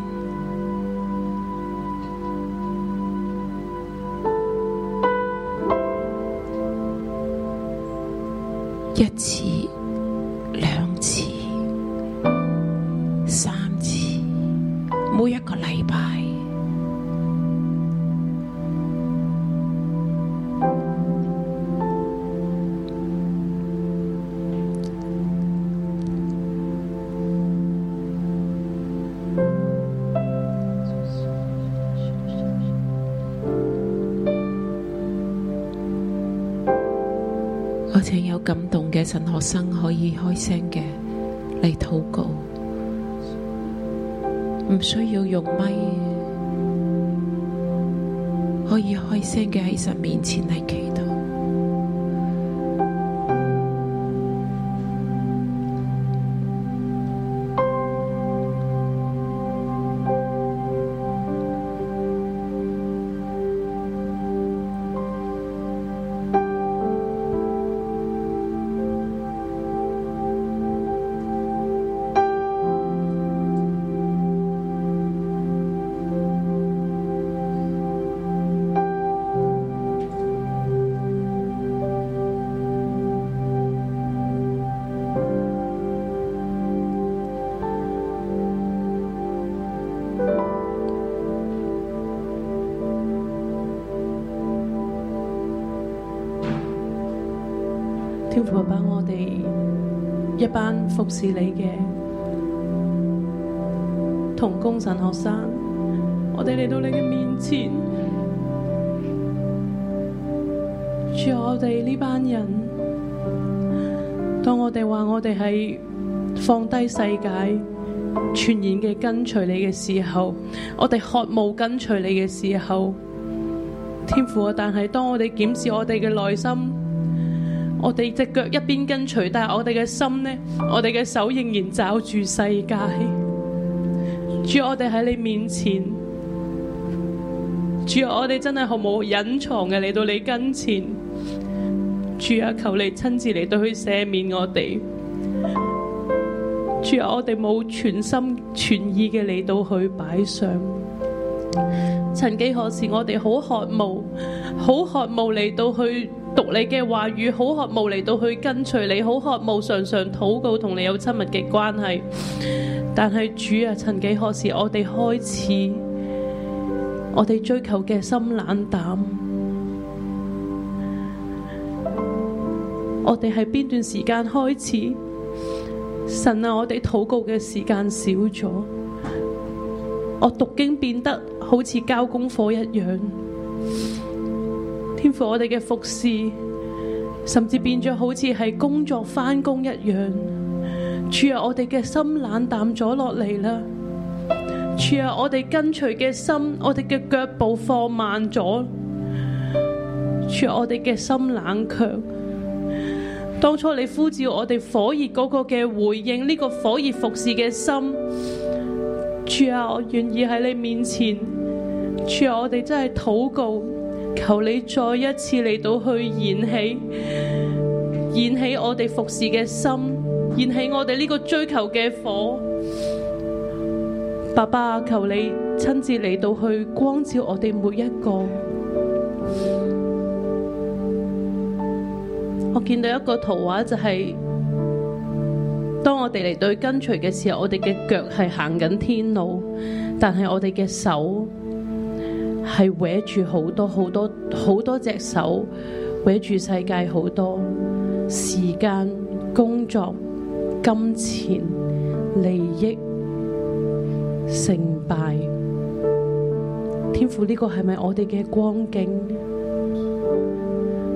一次，兩次。三次，每一個禮拜。我請有感動嘅神學生可以開聲嘅嚟禱告。唔需要用咪，可以開聲嘅喺神面前嚟祈禱。天父爸爸，我哋一班服侍你嘅同工神學生，我哋嚟到你嘅面前，主啊我哋呢班人，當我哋話我哋係放低世界，全然嘅跟隨你嘅時候，我哋渴慕跟隨你嘅時候，天父啊！但係當我哋檢視我哋嘅內心。我哋只腳一邊跟隨，但係我哋嘅心呢，我哋嘅手仍然找住世界。主，我哋喺你面前，主，我哋真係毫無隱藏嘅嚟到你跟前。主啊，求你親自嚟到去赦免我哋。主啊，我哋冇全心全意嘅嚟到去擺上。曾幾何時，我哋好渴慕，好渴慕嚟到去讀你嘅話語，好渴慕嚟到去跟隨你，好渴慕常常禱告同你有親密嘅關係。但係主啊，曾幾何時，我哋開始，我哋追求嘅心冷淡。我哋喺邊段時間開始？神啊，我哋禱告嘅時間少咗，我讀經變得好似交功課一樣。天父，我哋嘅服侍，甚至變咗好似係工作翻工一樣。主啊，我哋嘅心冷淡咗落嚟啦。主啊，我哋跟隨嘅心，我哋嘅腳步放慢咗。主啊，我哋嘅心冷卻。當初你呼召我哋火熱嗰個嘅回應，呢、個火熱服侍嘅心，主啊，我願意喺你面前，主啊，我哋真係禱告，求你再一次嚟到去燃起，燃起我哋服侍嘅心，燃起我哋呢個追求嘅火。爸爸，求你親自嚟到去光照我哋每一個。我見到一個圖畫就係、當我哋嚟到去跟隨嘅時候，我哋嘅腳係行緊天路，但係我哋嘅手係搲住好多好多好多隻手，搲住世界好多時間、工作、金錢、利益、成敗。天父呢、個係咪我哋嘅光景？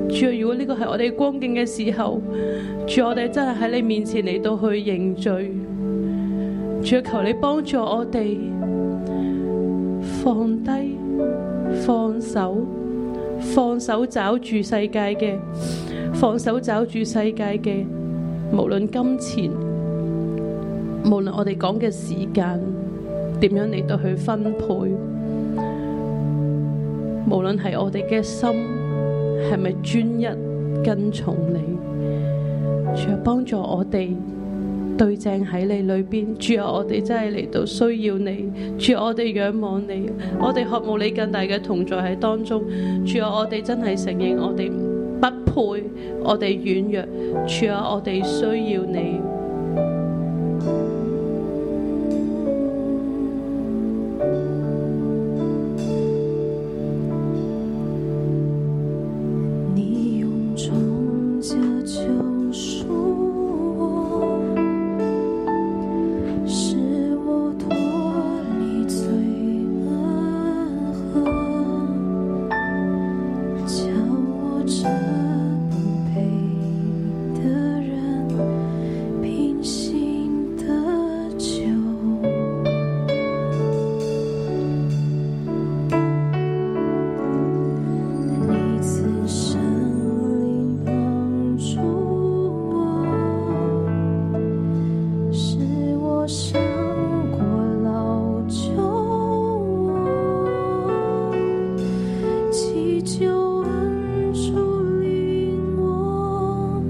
主啊，如果呢個係我哋光景嘅時候，主，啊我哋真係喺你面前嚟到去認罪。主啊，求你幫助我哋放低、放手、放手找住世界嘅，放手找住世界嘅，無論金錢，無論我哋講嘅時間，點樣嚟到去分配，無論係我哋嘅心係咪專一跟從你。主啊，幫助我哋對正喺你裏邊。主啊，我哋真係嚟到需要你。主啊，我哋仰望你，我哋渴慕你更大嘅同在喺當中。主啊，我哋真係承認我哋不配，我哋軟弱。主啊，我哋需要你。你用重价救赎我，使我脱离罪恶恨，叫我这不配的人平心得救。你曾神灵帮助我，使我胜过老旧我，祈求恩主领我，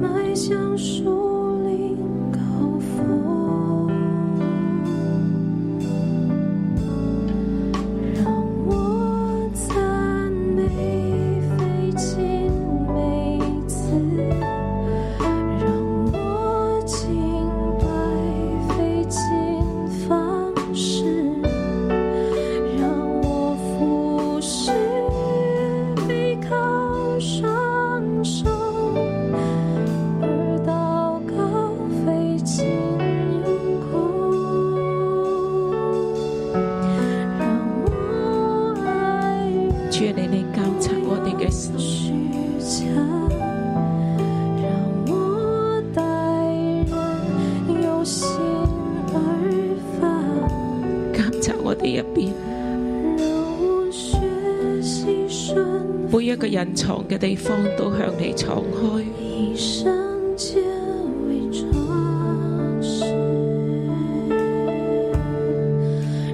迈向树林高峰。让我赞美飞进每次，让我敬拜飞进方式，让我服侍背靠双手，而祷告飞进永空。让我爱人主啊，你嚟監察我哋嘅心，虚假，让我待人有心而发，監察我哋入边让我学习顺每一個人藏嘅地方都向你敞開。一生皆为装饰，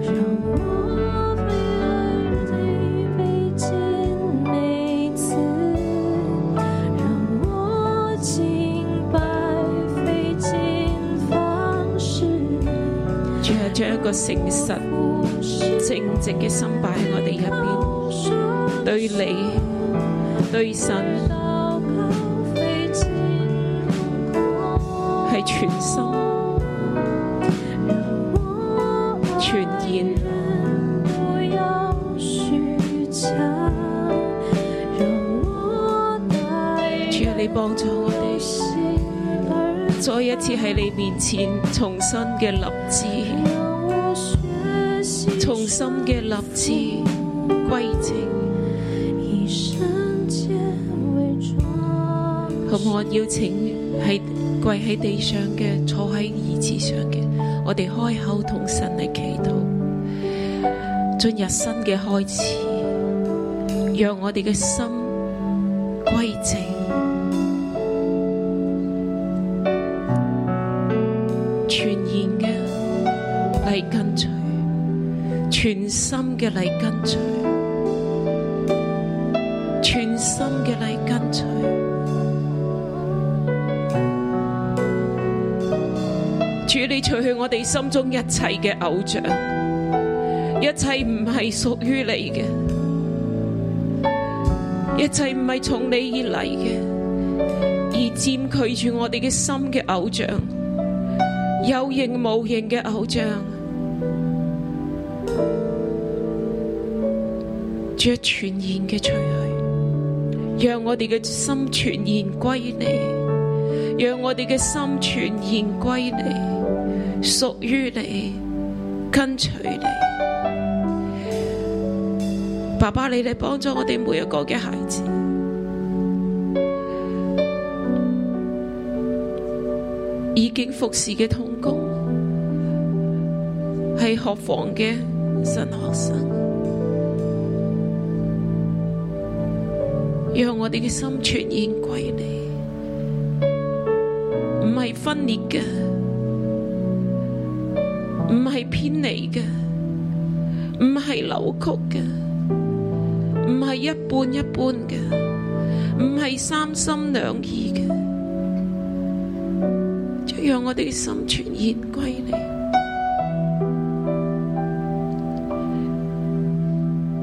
让我被爱你背进每次，让我敬拜费尽方式，主啊，將一個誠實、不是正直嘅心擺喺我哋入高尚。边，對你、對神祷告费尽功。係全心、全然。不要虚假，让我带主啊，你幫助我哋，心而再一次喺你面前重新嘅立志，让我学习重新嘅立志歸正。一生皆为装好唔好？我邀請喺跪喺地上嘅，坐喺椅子上嘅，我哋開口同神嚟祈禱，進入新嘅開始，讓我哋嘅心歸正。全然嘅嚟跟隨，全心嘅嚟跟隨，全心嘅嚟跟隨。我主你除去我哋心中一切嘅偶像，一切唔系属于你嘅，一切唔系从你而嚟嘅，而占据住我哋嘅心嘅偶像，有形无形嘅偶像。主啊全然嘅除去，让我哋嘅心全然归你。让我哋嘅心全然归你，属于你，跟随你。爸爸，你嚟帮助我哋每一个嘅孩子。已经服侍嘅童工，系学房嘅神学生，让我哋嘅心全然归你。唔系分裂嘅，唔系偏离嘅，唔系扭曲嘅，唔系一半一半嘅，唔系三心两意嘅，就让我哋嘅心全然归你。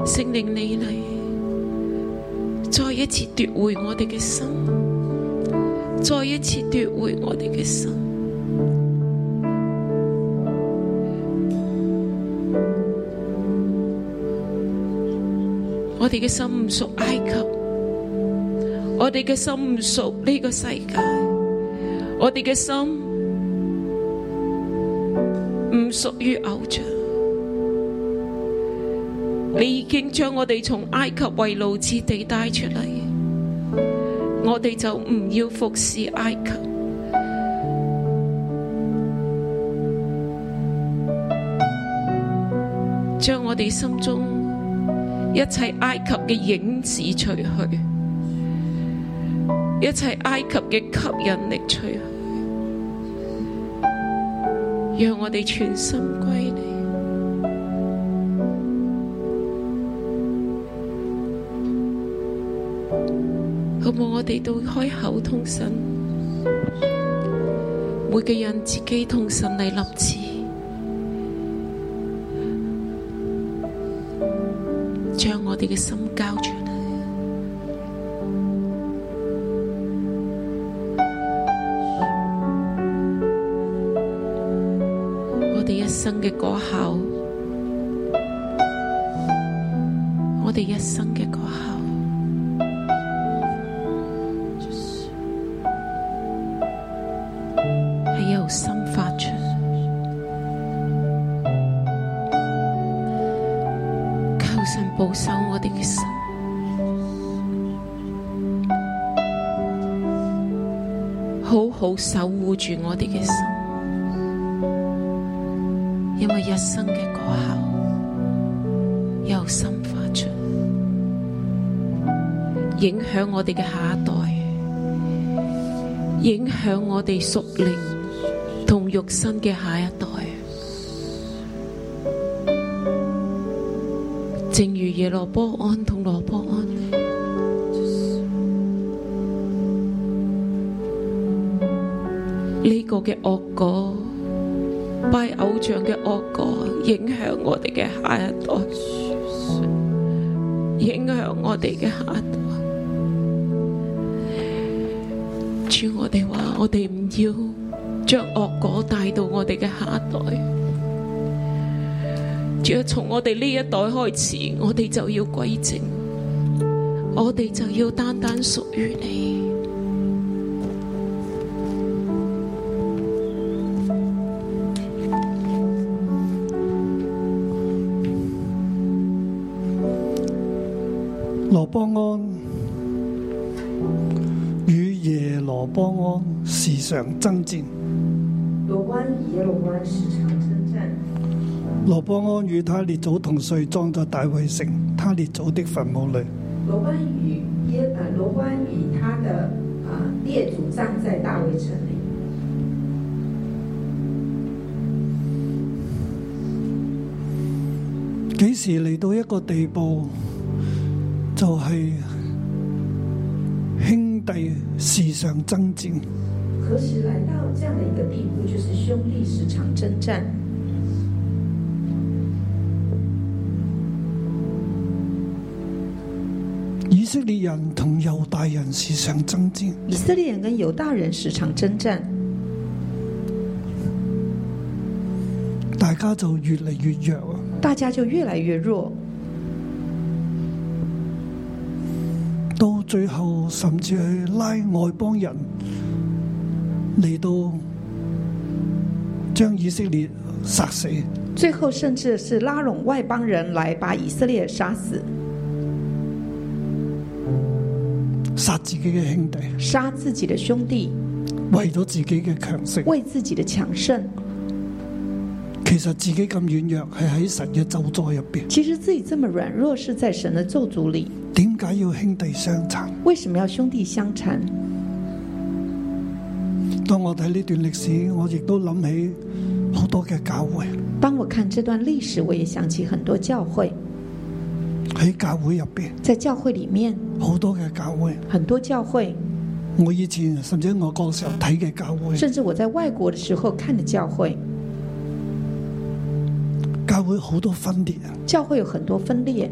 圣灵你嚟，再一次夺回我哋嘅心。再一次夺回我哋嘅心。我哋嘅心唔属埃及，我哋嘅心唔属呢个世界，我哋嘅心唔属于偶像。你已经将我哋从埃及为奴之地带出嚟。我哋就唔要服侍埃及。将我哋心中一切埃及嘅影子除去，一切埃及嘅吸引力除去，让我哋全心归你。好冇？我哋都開口同神，每個人自己同神嚟立志。將我哋嘅心交出嚟，我哋一生嘅果效，我哋一生嘅果效。系由心发出。求神保守我哋嘅心，好好守护住我哋嘅心，因为一生嘅果效由心发出，影响我哋嘅下一代。影響我哋屬靈同肉身嘅下一代。正如耶羅波安同羅波安，呢、個嘅惡果，拜偶像嘅惡果，影響我哋嘅下一代，影響我哋嘅下一代。主，我哋话我哋唔要将恶果带到我哋嘅下一代。主啊，从我哋呢一代开始，我哋就要归正，我哋就要单单属于你。羅波安與耶羅波安時常爭戰，罗湾与耶罗湾时常征战，羅波安與他列祖同睡，葬在大衛城他列祖的墳墓裏。罗湾与耶呃罗湾与他的啊列祖葬在大卫城里。幾時嚟到一個地步，就係兄弟時常爭戰，可何时来到这样的一个地步，就是兄弟时常征战。以色列人同猶大人時常爭戰，以色列人跟犹大人时常征战，大家就越嚟越弱啊！大家就越来越弱，到最後甚至去拉外邦人嚟到將以色列殺死。最后甚至是拉拢外邦人来把以色列杀死，殺自己嘅兄弟，杀自己的兄弟，為咗自己嘅強盛。为自己的强盛。其實自己咁軟弱，係喺神嘅咒助入邊。其实自己这么软弱是在神的咒诅里，點解要兄弟相殘？为什么要兄弟相残？當我睇呢段歷史，我亦都諗起好多嘅教會当我看这段历史，我也想起很多教会，喺教會入邊，在教会里面，好多嘅教會。很多教会，我以前甚至喺外國嘅時候睇嘅教會，甚至我在外国的时候看的教会，教會好多分裂啊！教会有很多分裂，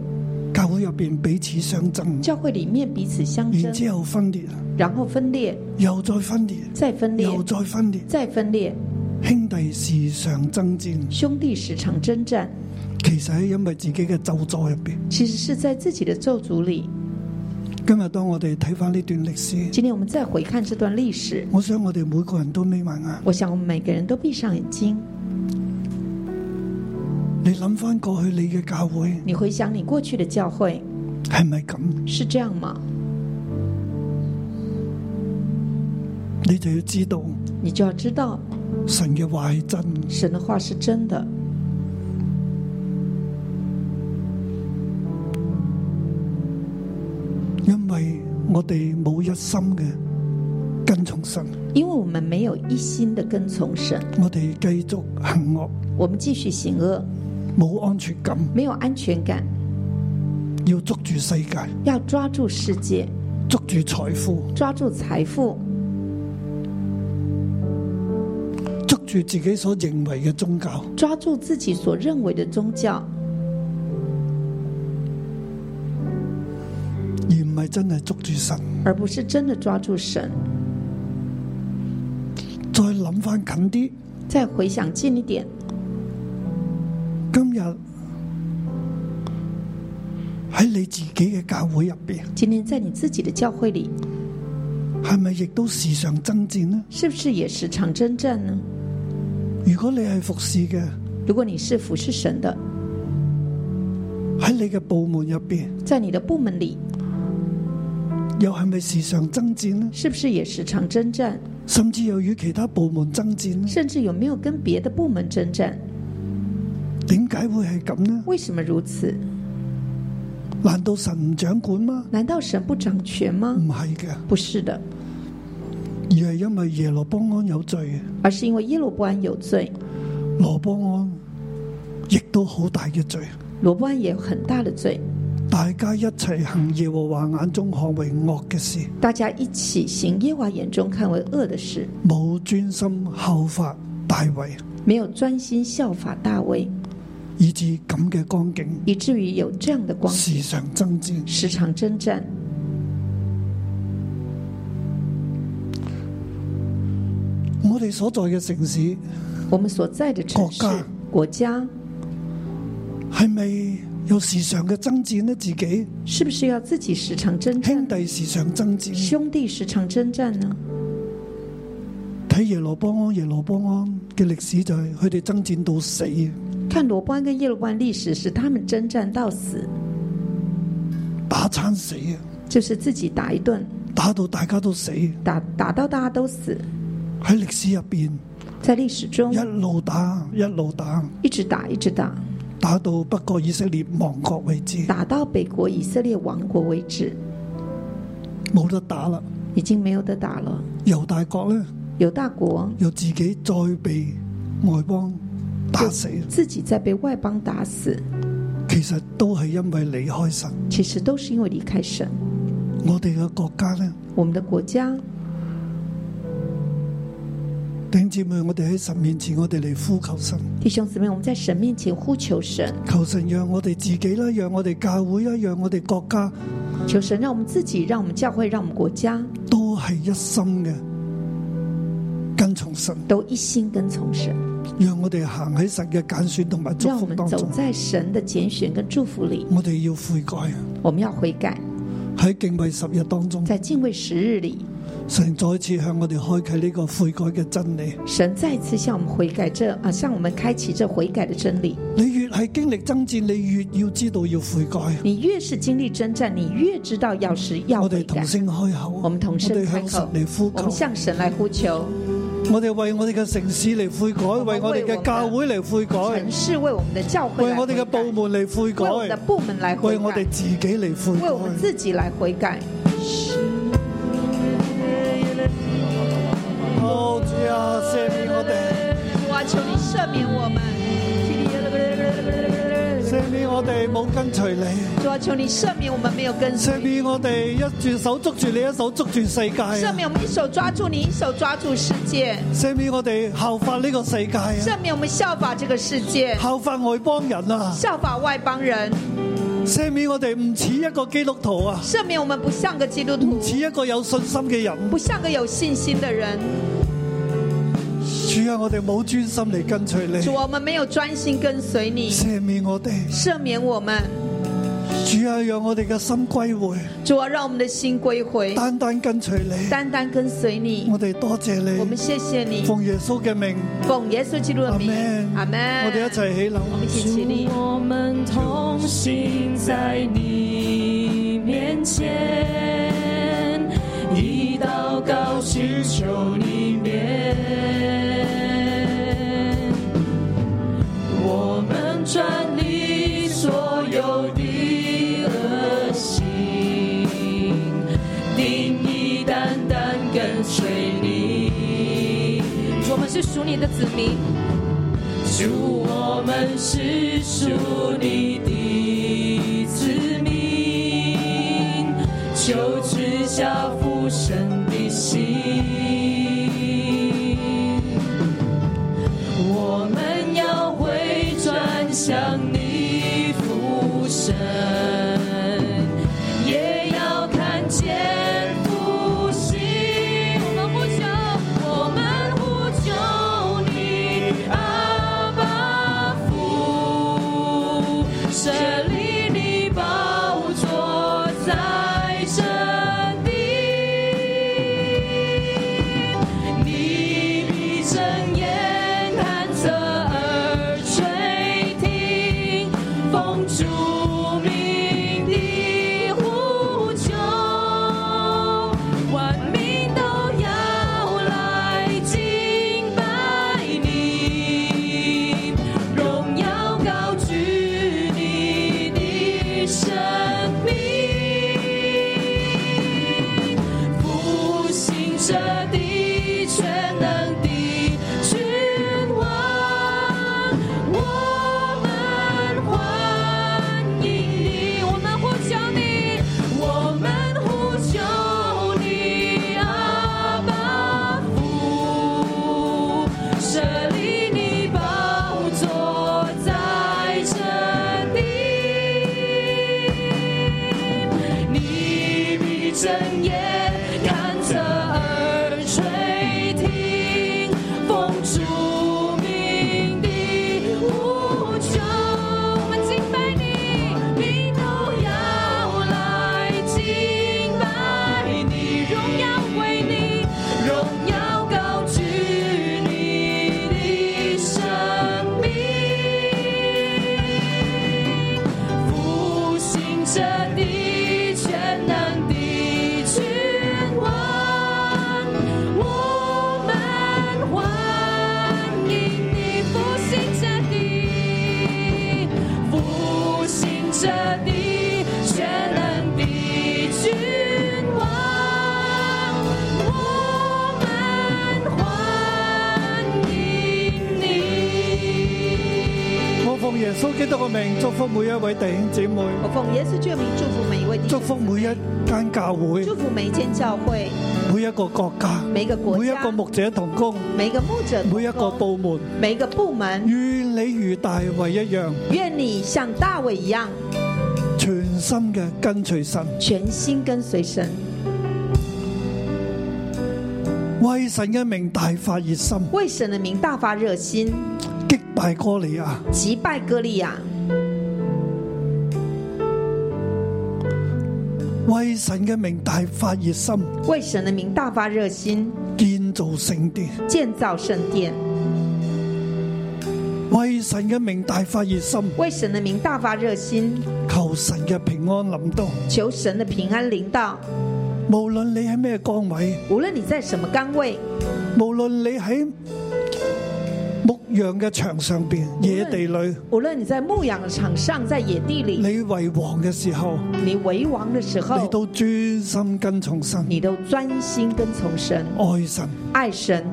教會入邊彼此相爭，教会里面彼此相然争，之後分裂，然后分裂，又再分裂，再分裂，又再分裂，再分裂，兄弟時常爭戰。兄弟时常征战，其實係因為自己嘅咒助入邊。其实是在自己的咒诅里。今日當我哋睇翻呢段歷史，今天我们再回看这段历史，我想我哋每個人都眯埋眼。我想我们每个人都闭上眼睛，你諗翻過去你嘅教會你回想你过去的教会係咪咁？是这样吗？你就要知道你就要知道神嘅話係真，神的话是真的，因為我哋冇一心嘅跟從神，因为我们没有一心的跟从神，我哋繼續行惡，我们继续行恶，冇安全感，没有安全感，要捉住世界，要抓住世界，捉住財富，抓住财富，捉住自己所認為嘅宗教，抓住自己所认为的宗教，而唔係真係捉住神。而不是真的抓住神。再諗翻近啲，再回想近一点，今日喺你自己嘅教會入邊，今天在你自己的教会里，係咪亦都時常爭戰呢？是不是也时常征战呢？如果你係服侍嘅，如果你是服侍神的，喺你嘅部門入邊。在你的部门里，又係咪時常爭戰呢？是不是也时常征战？甚至又與其他部門爭戰呢？甚至有没有跟别的部门征战？點解會係咁呢？为什么如此？難道神唔掌管嗎？难道神不掌权吗？唔係嘅，不是的，而係因為耶羅波安有罪，而是因为耶罗波安有罪，羅波安亦都好大嘅罪。罗波安也有很大的罪。大家一齊行耶和華眼中看為惡嘅事，大家一起行耶和华眼中看为恶的事，冇專心效法大衛，没有专心效法大卫，以致咁嘅光景，以至于有这样的光時景，常爭戰。时常征战。我哋所在嘅城市我们所在的城市国家、国家，係咪有時常嘅爭戰呢？自己是不是要自己时常征战兄？弟時常爭戰。兄弟时常征战呢？睇耶羅波安、耶羅波安嘅歷史就係佢哋爭戰到死，看罗伯安跟耶罗伯安历史是他们征战到死，打餐死，啊就是自己打一顿，打到大家都死。打打到大家都死。喺歷史入邊在历史中一路打一路打，一直打一直打，打到北國以色列亡國為止，打到北国以色列王国为止，冇得打啦。已经没有得打了。猶大國呢，犹大国又自己再被外邦打死，自己在被外邦打死，其實都係因為離開神。其实都是因为离开神。我哋嘅國家呢，我们的国家弟兄姊妹，我哋喺神面前，我哋嚟呼求神，弟兄姊妹，我们在神面前呼求神，求神让我哋自己啦，让我哋教会啦，让我哋国家求神让我们自己，让我们教会，让我们国家都系一心嘅跟从神，都一心跟从神，让我哋行喺神嘅拣选同埋祝让我福们当走中。在神的拣选跟祝福里。我哋要悔改啊！我们要悔改，喺敬畏十日当中，在敬畏十日里，神再次向我哋开启呢个悔改嘅真理。神再次向我们悔改这啊，向我们开启这悔改的真理。你越系经历争战，你越要知道要悔改。你越是经历征战，你越知道要是要我悔哋改同。声开口，我们同声我哋开向神口嚟，我们呼求，向神来呼求，我哋为我哋嘅城市嚟悔改，我为们我哋为嘅我教会嚟悔改城。市为我们的教会为来我哋嘅悔改部門嚟悔为我们的改，部门来悔為改，我哋自己嚟悔为我们改。自己来悔改。哦，主啊，赦免我哋，主啊，求你赦免我们！赦免我哋冇跟隨你，主啊，求你赦免我们没有跟随赦，免我哋一隻手捉住你，一手捉住世界啊，赦免我们一手抓住你，一手抓住世界，赦免我哋效法呢個世界啊，赦免我们效法这个世界，效法外邦人啊，效法外邦人，赦免我哋唔似一個基督徒啊，赦免我们不像个基督徒唔，似一個有信心嘅人。不像个有信心的人。主啊，我哋冇專心嚟跟隨主你，啊，我们没有专心跟随你，赦免我哋。赦免我们。主啊，讓我哋嘅心歸回，主啊，让我们的心归回，單單跟隨你。单单跟随你我。哋多謝我们你，谢谢你，奉耶穌嘅名。奉耶稣基督的名，阿阿门。我哋一，齊起立。我们一起起立。我们同行在你面前，一道高寻求你面。我们转你所有的恶行，定义单单跟随你。我们是属你的子民，主，我们是属你的子民，求赐下父神的心。我们要回转向你父神，也要看见复兴。我们呼求，我们呼求你阿爸父，设立你宝座在这地，你闭着眼看着耳垂听，风主名的呼求，万民都要来敬拜你，荣耀高举你的生命，复兴这地全能的君王，我们欢迎你，我们呼求你，我们呼求你，阿爸父，设立你宝座在这地，你闭着眼看着耳垂听，风主名的呼求，我们敬拜你，你都要来敬拜你，荣耀为你，荣耀高举你的生命。复兴这地全能的君王，我们欢迎你复兴这地，复兴这地全能的君王，我们欢迎你。我奉耶穌基督嘅名祝福每一位弟兄姊妹，我奉耶稣救名祝福每一位弟祝福兄，每一間教會，祝福每一间教会，每一個國家、每一個國家每一個牧者同工、每一个牧者同工，每一個部門，每一个部门，願你如大衛一樣，愿你像大卫一样，全心嘅跟隨神，全心跟随神，為神嘅名大發熱心，为神的名大发热心，擊敗哥利亞。击败歌利亚，为神嘅名大发热心，为神的名大发热心，建造圣殿；建造圣殿，为神嘅名大发热心，为神的名大发热心，求神嘅平安临到。求神的平安临到。无论你喺咩岗位，无论你在什么岗位，无论你喺牧羊嘅场上边、野地里，无论你在牧羊的场上，在野地里，你为王嘅时候，你为王的时你候，都专心跟从神，你都专心跟从神，爱神，爱神，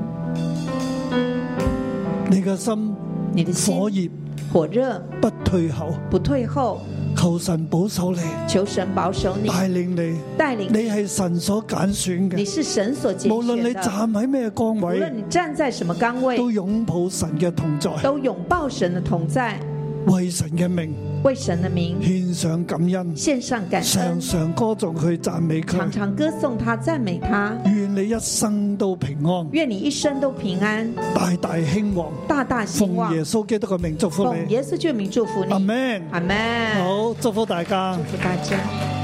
你嘅心你的心火热火热不退后。不退后，求神保守你，求神保守你，带领你。带领你系神所拣选你嘅，是神所拣无论选你的。站喺咩岗无位。论你站在什么岗位，都擁抱神嘅同在，都拥抱神的同在，為神嘅名为神的名獻上感恩，献上感常恩，常歌頌去讚美常佢。常歌颂他，赞美他。願你一生都平安，愿你一生都平安，大大興旺。大大兴奉旺耶。穌基督嘅名祝福奉你，耶稣救名祝福你阿，门。阿门。好，祝福大家。祝大家。